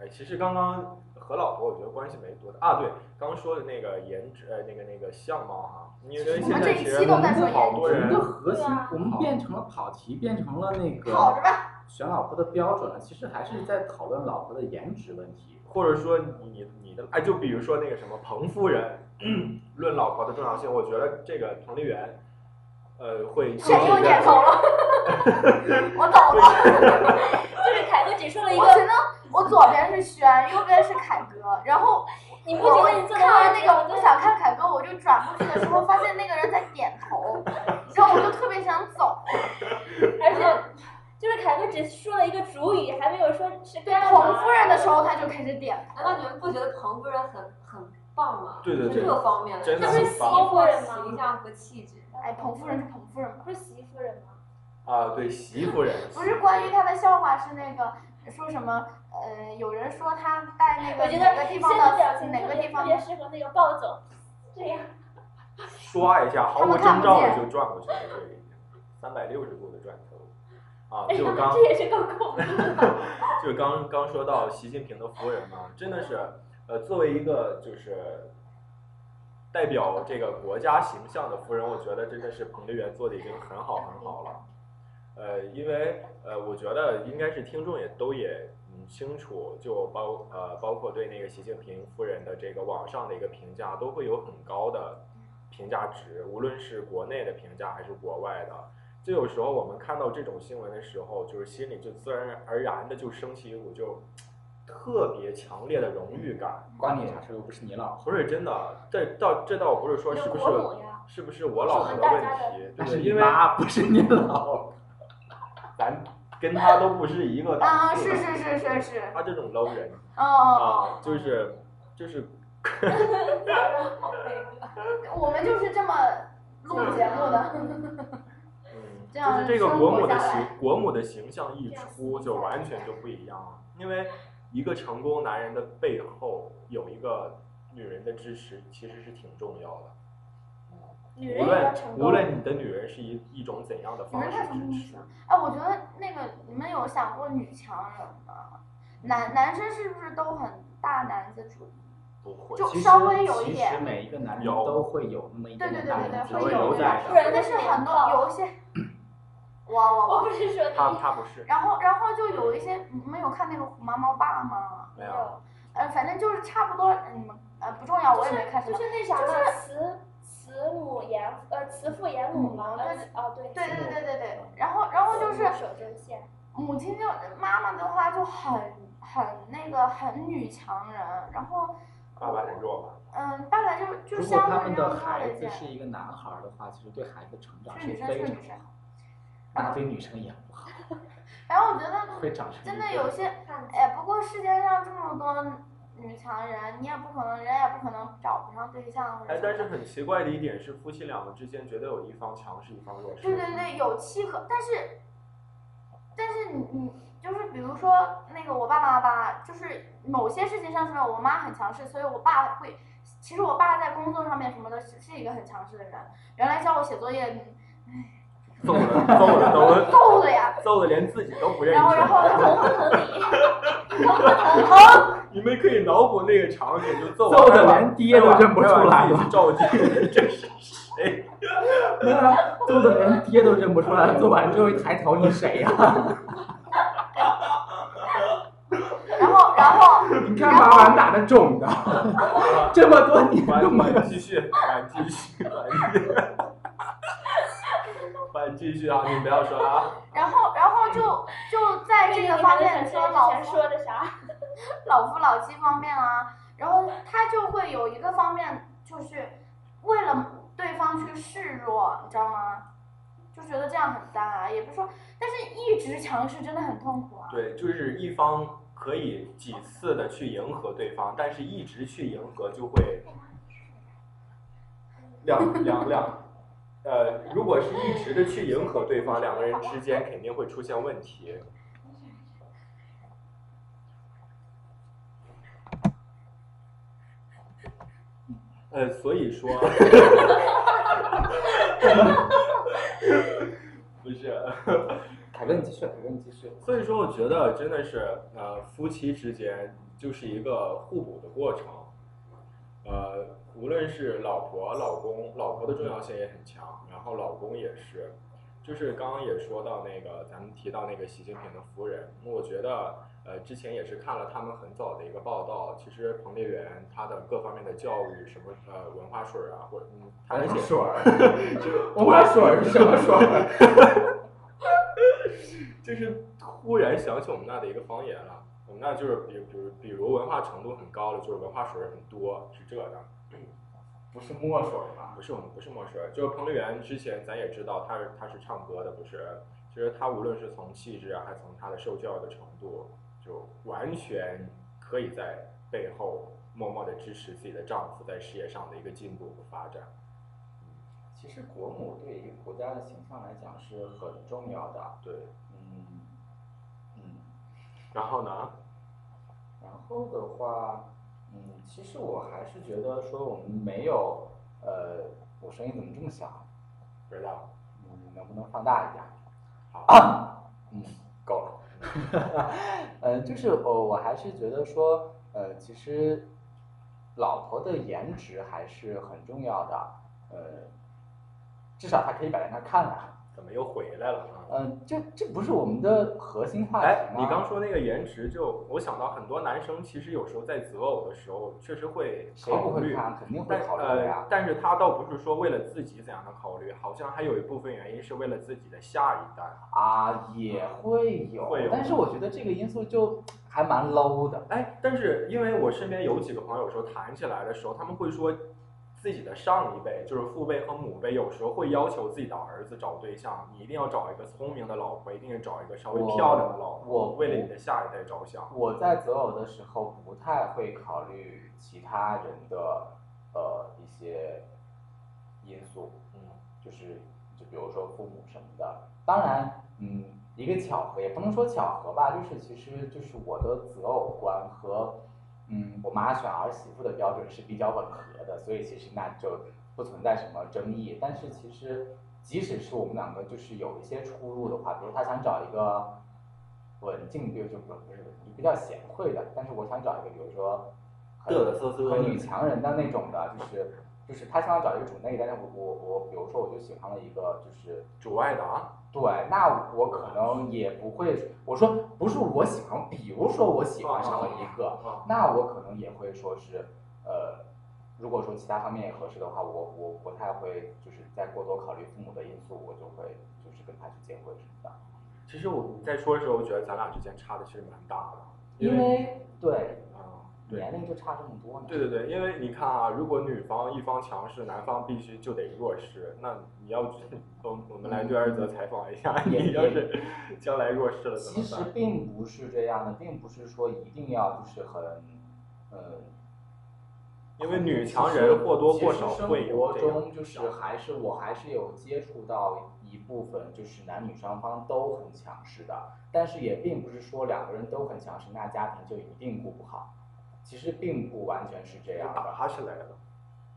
哎，其实刚刚和老婆我觉得关系没多大啊。对，刚刚说的那个颜值，呃，那个那个相貌哈，因为现在其
我们这一
实
期都在说
好多
我们的
人，
核心
对啊，
我们变成了跑题，变成了那
跑
个
着吧，
选老婆的标准了。其实还是在讨论老婆的颜值问题。
或者说你你你的，哎，就比如说那个什么彭夫人，论老婆的重要性，我觉得这个彭丽媛，呃，会
谁又点头了？我走了。
就是凯哥只说了一
我觉
个，
得我左边是轩，右边是凯哥，然后
你不
我
觉得你
我
做
看完那个我
不
不想看凯哥，我就转过去的时候发现那个人在点头，然后我就特别想走。
而且就是凯哥只说了一个主语，还没有说是啊干嘛
捧夫人的时候他就开始点
难道你们不觉得彭夫人很很棒吗？
对对
就
对
各方面
真的
就
很
是
棒
包括
媳妇人吗
形象和气质。
头，哎，捧夫人是捧夫人吧？
不是媳妇人吗？
啊，对，媳妇人，
不是关于他的笑话，是那个说什么？呃，有人说他带那
我
个
觉
哪个
得
地
现
方
在表
的
情
哪
特
个
别
地
特
方
别
的，
适合那个暴走，这样
刷一下，毫
他
无
们看
征
不
兆的
见
就转过去了，这个已经三百六十度的转头，啊，
哎
就
呀
刚
这也是够恐怖的。
就刚刚说到习近平的夫人嘛，真的是，呃，作为一个就是代表这个国家形象的夫人，我觉得真的是彭丽媛做的已经很好很好了。呃，因为呃，我觉得应该是听众也都也嗯清楚，就包呃包括对那个习近平夫人的这个网上的一个评价，都会有很高的评价值，无论是国内的评价还是国外的。就有时候我们看到这种新闻的时候，就是心里就自然而然的就升起一股就特别强烈的荣誉感。
关你啥事？又不是你老婆，
不是真的，啊这倒这倒不是说是不是
有国母呀
是不是我老婆
是
的
大
问
家的
题，
那
对
是
是
你
因为
妈，不是你老婆。
咱跟他都不是一个档
啊，
次
是
的。
是是是是，
他这种 low 人
哦哦
啊，就是就是
哦，我们就是这么录节目的，
嗯，
这样
就是这个国母的
生活下
形
来
国母的形象一出，就完全就不一样了。因为一个成功男人的背后有一个女人的支持，其实是挺重要的。
女人
无
也要
论
成
无
功，
论你的女人是一一种怎样的
你
方
们
式
太成功
支
了
持，。
哎，我觉得那个你们有想过女强人吗？男男生是不是都很大男子主义？
不会
就
其实
稍微有一点
其实每一个男人
有
都会有那么一点点大男子
对
会
对对对对
留在
会有
的。
人
但是很多有一 些，哇哇
我
哇！
不是说
他
你
他 不是
然后然后就有一些，你们有看那个《虎妈猫爸》吗？
没有。
呃，反正就是差不多，嗯，呃，不重要，我也没看什
就
么。
是那啥
就是
了，慈慈母严呃慈父严母嘛，
嗯
呃哦对，
对
慈
对
母
对对对，然后然后就是
守针线，
母亲就妈妈的话就很很那个很女强人，然后
爸爸很弱吧？
嗯，爸爸就就
如果
相
他
对
们
这样
的
弱
孩
了一
子
点。
是一个男孩儿的话，其实对孩子的成长
是女生
非
是
常
女生
好，那对女生也不好，
然后我觉得
会长成一
嗯真
个
的有 些，哎，不过世界上这么多女强人，你也不可能，人也不可能找不上。对象。
哎，但是很奇怪的一点是，夫妻两个之间绝对有一方强势，一方弱势。
对对对，有契合，但是，但是你你就是比如说那个我爸爸吧，就是某些事情上面我妈很强势，所以我爸会。其实我爸在工作上面什么的，是是一个很强势的人。原来教我写作业，
揍的揍的都
揍的呀，
揍的连自己都不认识。
然后然后
疼不疼你？疼不疼？
你们可以脑补那个场景，就揍
揍的连爹都认不出来
了。
了
去照镜子，这是谁？
没有啊，揍的连爹都认不出来，揍完之后一抬头，你谁呀、
然后然后
你干嘛玩打的肿的？这么 多年都没有
晚继续，晚继续，晚继续，晚继续啊！你不要说了啊。
然后然后就就 在这个方面，你说老
之前
夫
说的啥？
老夫老妻方面啊，然后他就会有一个方面，就是为了对方去示弱，你知道吗？就觉得这样很单啊，也不是说，但是一直强势真的很痛苦啊。
对，就是一方可以几次的去迎合对方，但是一直去迎合就会两两两，呃，如果是一直的去迎合对方，两个人之间肯定会出现问题。呃，所以说，不是。
凯文，你继续，凯文，你继续。
所以说，我觉得真的是呃，夫妻之间就是一个互补的过程。呃，无论是老婆、老公，老婆的重要性也很强，然后老公也是，就是刚刚也说到那个，咱们提到那个习近平的夫人，我觉得呃，之前也是看了他们很早的一个报道，其实彭丽媛她的各方面的教育，什么呃文化水啊，或者嗯，她而且
水儿， 我玩水儿是什么水儿？
就是突然想起我们那的一个方言了。我们那就是比比如比如文化程度很高了，就是文化水儿很多，是这样。
不是墨水儿吧？
不是我们不是墨水儿，就是彭丽媛之前咱也知道，她是她是唱歌的，不是？其实她无论是从气质啊，还是从她的受教育的程度，就完全可以在背后默默的支持自己的丈夫在事业上的一个进步和发展。
其实国母对一个国家的形象来讲是很重要的。
对，
嗯嗯，
然后呢？
然后的话，嗯，其实我还是觉得说我们没有，呃，我声音怎么这么小？
不知道。
嗯，能不能放大一点？
好，
嗯，够了。 嗯，就是我我还是觉得说，呃，其实老婆的颜值还是很重要的，呃，至少她可以摆在那儿看啊。
怎么又回来了啊？
嗯、这这不是我们的核心话题
哎，
吗？
你刚说那个颜值就，我想到很多男生其实有时候在择偶的时候，确实会
谁不
考
会
虑，
看？肯定会
但
考虑的
呃
呀，。
但是他倒不是说为了自己怎样的考虑，好像还有一部分原因是为了自己的下一代。
啊，也会有，
会有
但是我觉得这个因素就还蛮 low 的。
哎，但是因为我身边有几个朋友说谈起来的时候，他们会说自己的上一辈，就是父辈和母辈，有时候会要求自己的儿子找对象，你一定要找一个聪明的老婆，一定要找一个稍微
我
漂亮的老婆，
我
为了你的下一代着想。
我在择偶的时候不太会考虑其他人的呃一些因素，
嗯，
就是就比如说父母什么的。当然，嗯，一个巧合也不能说巧合吧，就是其实就是我的择偶观和嗯我妈选儿媳妇的标准是比较吻合的，所以其实那就不存在什么争议。但是其实即使是我们两个就是有一些出入的话，比如她想找一个文静，比如就不不是文静比较贤惠的，但是我想找一个比如说很
嘚嘚瑟瑟的
很女强人的那种的，就是就是她想要找一个主内，但是我我我比如说我就喜欢了一个就是。
主外的啊，
对，那我可能也不会，我说不是我喜欢，比如说我喜欢上了一个，
啊，
那我可能也会说是，呃，如果说其他方面也合适的话，我我不太会就是再过多考虑父母的因素，我就会就是跟他去结婚什么的。
其实我在说的时候，我觉得咱俩之间差的其实蛮大的，
因为对
啊，对
年龄就差这么多呢。
对对对，因为你看啊，如果女方一方强势，男方必须就得弱势。那你要，我我们来对二则采访一下，
嗯也
你要是将来弱势了怎
其
么
实
办？
并不是这样的，并不是说一定要就是很，呃，
因为女强人或多或少
其实
会
生活
有这样
中就是还是我还是有接触到一部分就是男女双方都很强势的，但是也并不是说两个人都很强势，那家庭就一定顾不好。其实并不完全是这样
打
的，
哈起来了。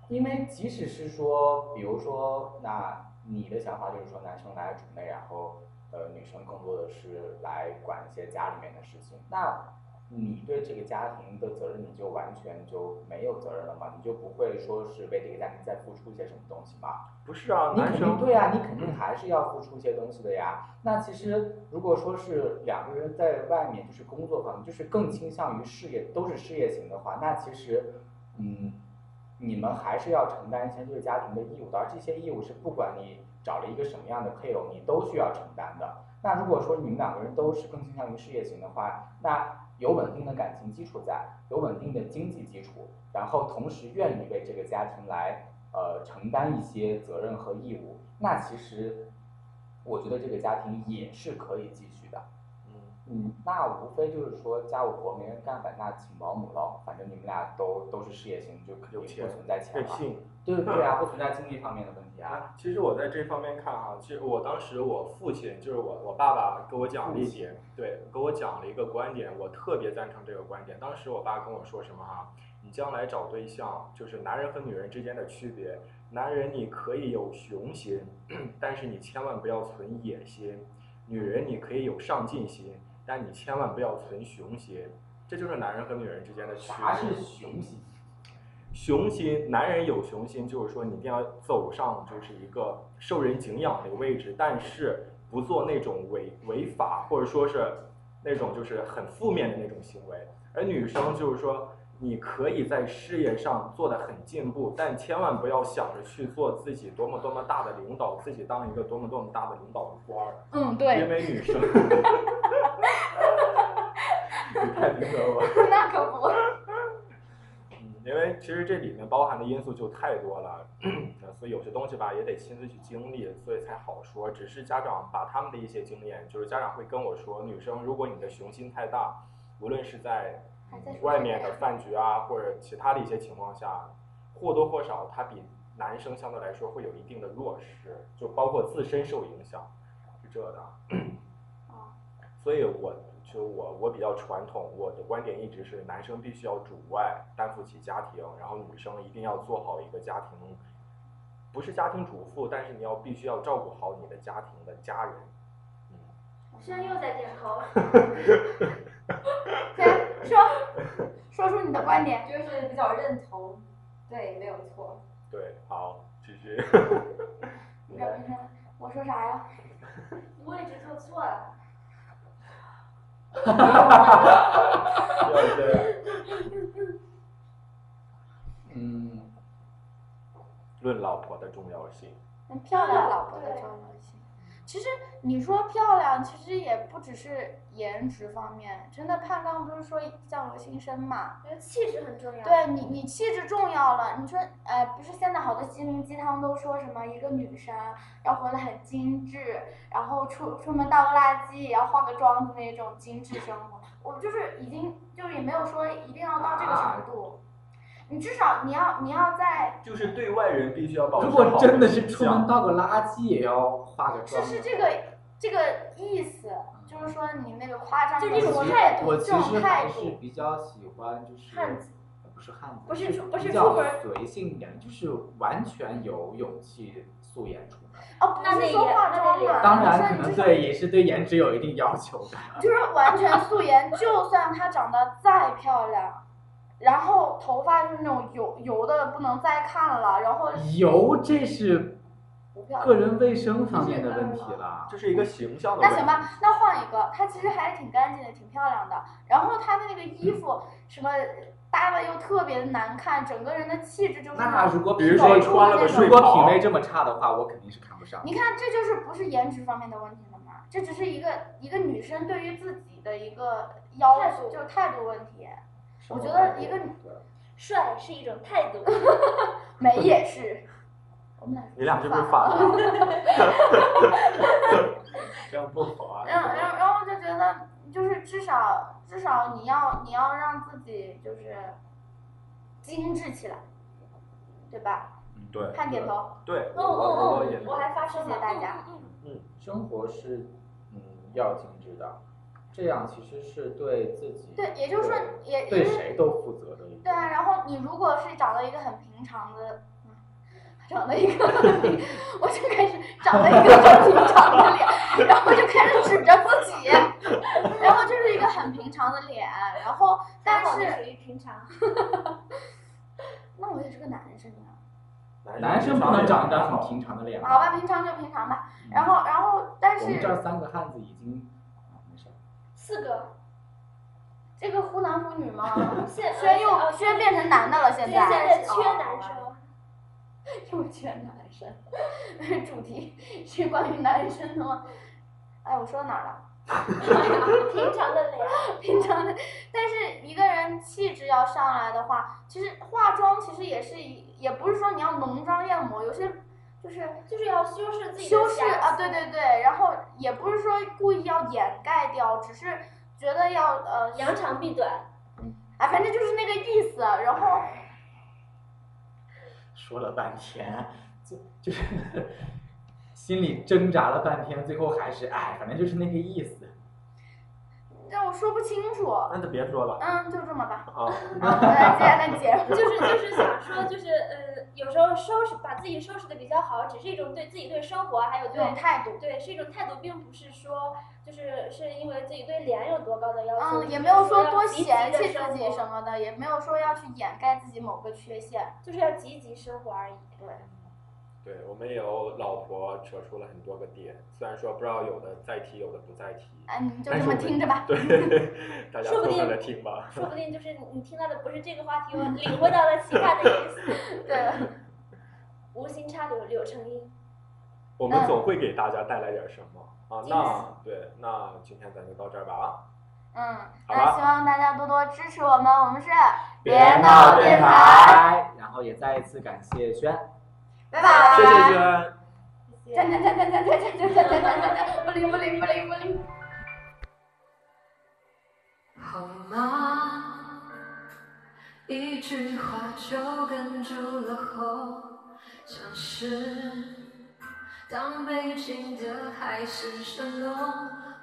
因为即使是说，比如说，那你的想法就是说男生来主内，然后呃女生更多的是来管一些家里面的事情，那你对这个家庭的责任，你就完全就没有责任了嘛？你就不会说是为这个家庭再付出一些什么东西嘛？
不是啊，
你
男
肯定
生
对啊，你肯定还是要付出一些东西的呀。那其实如果说是两个人在外面就是工作方面，就是更倾向于事业，都是事业型的话，那其实，嗯，你们还是要承担一些对家庭的义务的，而这些义务是不管你找了一个什么样的配偶，你都需要承担的。那如果说你们两个人都是更倾向于事业型的话，那有稳定的感情基础在，有稳定的经济基础，然后同时愿意为这个家庭来呃承担一些责任和义务，那其实我觉得这个家庭也是可以继续的。
嗯，
嗯，那无非就是说家务活没人干呗，那请保姆喽，反正你们俩都都是事业型，就肯定
有钱
不存在钱
任
了。
性。
对对啊，不存在经济方面的问题 啊。
啊，其实我在这方面看哈、其实我当时我父亲就是我我爸爸给我讲了一点，对，给我讲了一个观点，我特别赞成这个观点。当时我爸跟我说什么哈、你将来找对象，就是男人和女人之间的区别，男人你可以有雄心， 但是你千万不要存野心；女人你可以有上进心，但你千万不要存雄心。这就是男人和女人之间的区别。
啥是雄 心？
雄心，男人有雄心，就是说你一定要走上就是一个受人敬仰的位置，但是不做那种违违法或者说是那种就是很负面的那种行为。而女生就是说，你可以在事业上做的很进步，但千万不要想着去做自己多么多么大的领导，自己当一个多么多么大的领导的官儿，
嗯，
因
对，
为女生。 你太平等我。
那可不。
嗯，因为其实这里面包含的因素就太多了，呃所以有些东西吧也得亲自去经历，所以才好说。只是家长把他们的一些经验，就是家长会跟我说，女生如果你的雄心太大，无论是在嗯
还在
外面的饭局啊，或者其他的一些情况下，或多或少她比男生相对来说会有一定的弱势，就包括自身受影响，是这的。所以我就我我比较传统，我的观点一直是男生必须要主外，担负起家庭，然后女生一定要做好一个家庭，不是家庭主妇，但是你要必须要照顾好你的家庭的家人。嗯，
是又在点头。
先说，说出你的观点。
就是比较认同，对，没有错。
对，好，继续。
你表面上我说啥呀？
位置坐错了，
要这样
嗯，
论老婆的重要性，
嗯漂亮老婆的重要性。其实你说漂亮，其实也不只是颜值方面，真的潘刚不是说相由心生嘛？
觉得气质很重要。
对你，你气质重要了。你说，呃，不是现在好多心灵鸡汤都说什么一个女生要活得很精致，然后出出门倒个垃圾也要化个妆的那种精致生活。我就是已经就是也没有说一定要到这个程度，你至少你要你要在
就是对外人必须要保持
如
好
果真的是
形
出
象
门倒个垃圾也要化个妆
是
的。
是这个这个意思，就是说你那个夸张的
就这种
说
态度
我
这
其
种
实
态
还
度
是比较喜欢，就是呃
汉子
不是汉子，
不是
就
出不是
比
出
较
门
随性一点，就是完全有勇气素颜出门。
哦，不
那
是
那
说
也
化
那
妆
也
嘛，
当
说
然，
你
可能
至少
对也是对颜值有一定要求的。
就是完全素颜，就算她长得再漂亮，然后头发就是那种油油的不能再看了，然
呃
后
油这是
不漂
嗯个
亮。
人卫生方面的问题了。
这是一个形象的问
那
题。
行吧，那换一个，她其实还是挺干净的，挺漂亮的。然后她的那个衣服什么搭的又特别难看，整个人的气质就是
那如果
比如说
品味
穿了个睡
如果
袍
品味这么差的话，我肯定是看不上。
你看，这就是不是颜值方面的问题了嘛？这只是一个一个女生对于自己的一个要
态度
就是态度问题。我觉
生活
得
态
一
度
个
帅是一种 态度。
美也是，我们俩
你俩是不是
反
反 了？ 这样不好啊。
然后然后然后就觉得，就是至少至少你要你要让自己就是
精致起来，对吧？
嗯对
看点头。
对，我
嗯嗯
哦我我也
嗯，我还发声
谢
了，
谢大家
嗯。嗯嗯
生活是嗯要精致的，这样其实是对自己
对，也就是说，也
对
也就是
谁都负责的一个。
对啊，然后你如果是找到一个很平常的，嗯找到一个很平，我就开始找到一个很平常的脸，然后就开始指着自己，然后就是一个很平常的脸，然后但
还好你
是
嗯属于平常，
那我也是个男生啊，
男生不能长一张很平常的脸啊
好吧，平常就平常吧，然
嗯
后然后但
我们这
是
儿三个汉子已经，啊没事儿，
四个
这个湖南妇女吗？
现
轩又
呃
轩变成男的了，
现
现在哦
在缺男 生，
又缺男生， 主题是关于男生的吗？哎，我说到哪儿了？
平常的脸，
平常的，但是一个人气质要上来的话，其实化妆其实也是一，也不是说你要浓妆艳抹，有些就是
就是要修饰自己的
修饰
瑕疵
啊，对对对，然后也不是说故意要掩盖掉，只是觉得要呃，
扬长避短，
哎，反正就是那个意思。然后
说了半天，就 就是心里挣扎了半天，最后还是哎，反正就是那个意思。
但我说不清楚，
那就别说了
嗯，就这么 吧。
啊。
啊，来接下来节目。
就是就是想说，就是呃，有时候收拾把自己收拾的比较好，只是一种对自己对生活还有
这种
对
态度，
对是一种态度，并不是说就是是因为自己对脸有多高的要求，
嗯，也没有说多
积极
嫌
地
弃
生
自己
活
什么的，也没有说要去掩盖自己某个缺陷。
就是要积极生活而已。
对，
对，我们也有老婆扯出了很多个点，虽然说不知道有的在提，有的不在提，
哎，你们就
但
这么
是我们
听 着吧。
对， 大家
说
凑
不
合
定
着听吧。
说不定就是你你听到的不是这个话题，我领会到了其他的意思。
对。
无心插柳柳成荫。
我
嗯
们总会给大家带来点什么啊。
惊
那对，那今天咱就到这儿吧啊。
嗯，
好
那
吧
希望大家多多支持我们，我们是
别
闹
哎
电台，，
然后也再一次感谢轩。
拜拜。
谢谢娟。
站站站站站站站站站站站站，不灵不灵不灵不灵。
好吗？一句话就哽住了喉，像是当北京的海市蜃楼，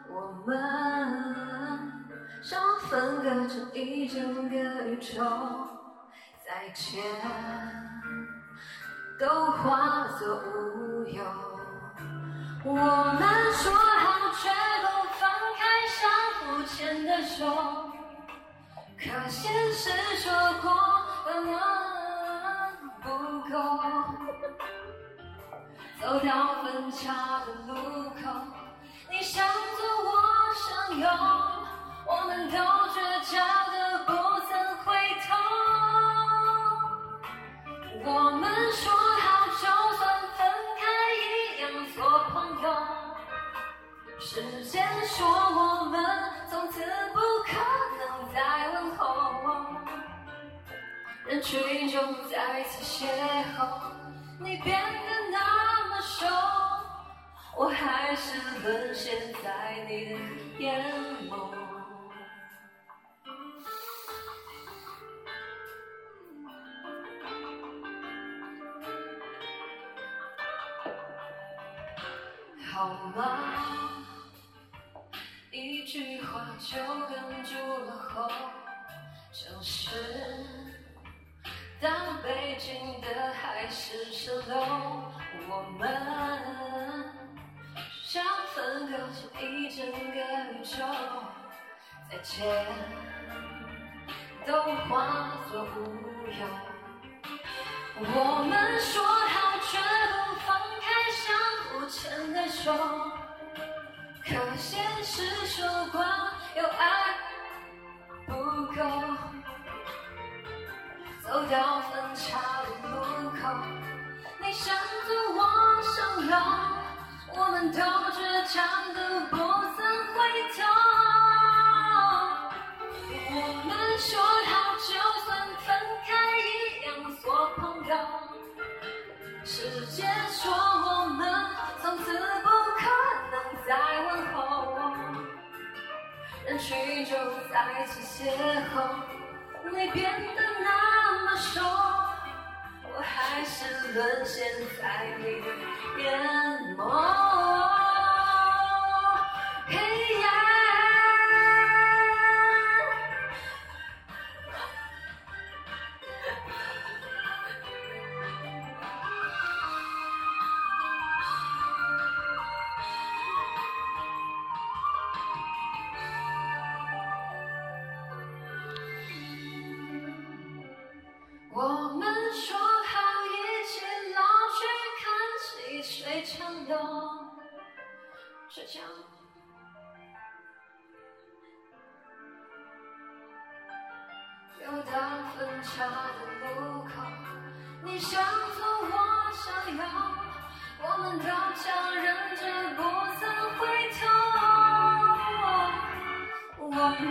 我们像分隔着一整个宇宙，再见都化作乌有。我们说好绝不放开相互牵的手，可现实说过的那不够。走到分岔的路口，你想左，我想右，我们都倔强的不曾回头。我们说好，就算分开，一样做朋友。时间说我们从此不可能再问候，人群中再次邂逅，你变得那么熟，我还是沦陷在你的眼眸。好吗？一句话就哽住了喉，像是当北京的海市蜃楼，我啊们像分隔着一整个宇宙，再见都化作乌有。我们说好，绝不放开相互牵的手。可现实说过，有爱不够。走到分岔的路口，你想左，我想右，我们都倔强的不曾回头。我们说好，就算分开，一样做朋友。时间说我们从此不可能再问候，人群中再次邂逅，你变得那么说，我还是沦陷在你的眼眸。黑暗，我们说好一起老去看细水长流，倔强。又到分岔的路口，你想左，我想右，我们都将忍着不曾回头。我们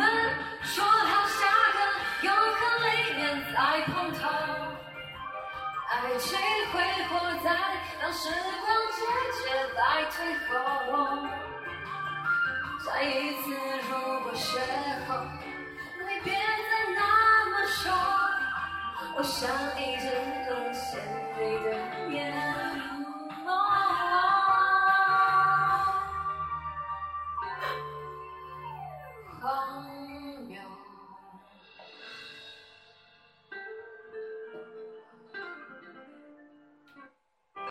说好下个永恒里面再碰头，爱情挥霍在让时光节节来退后，再一次。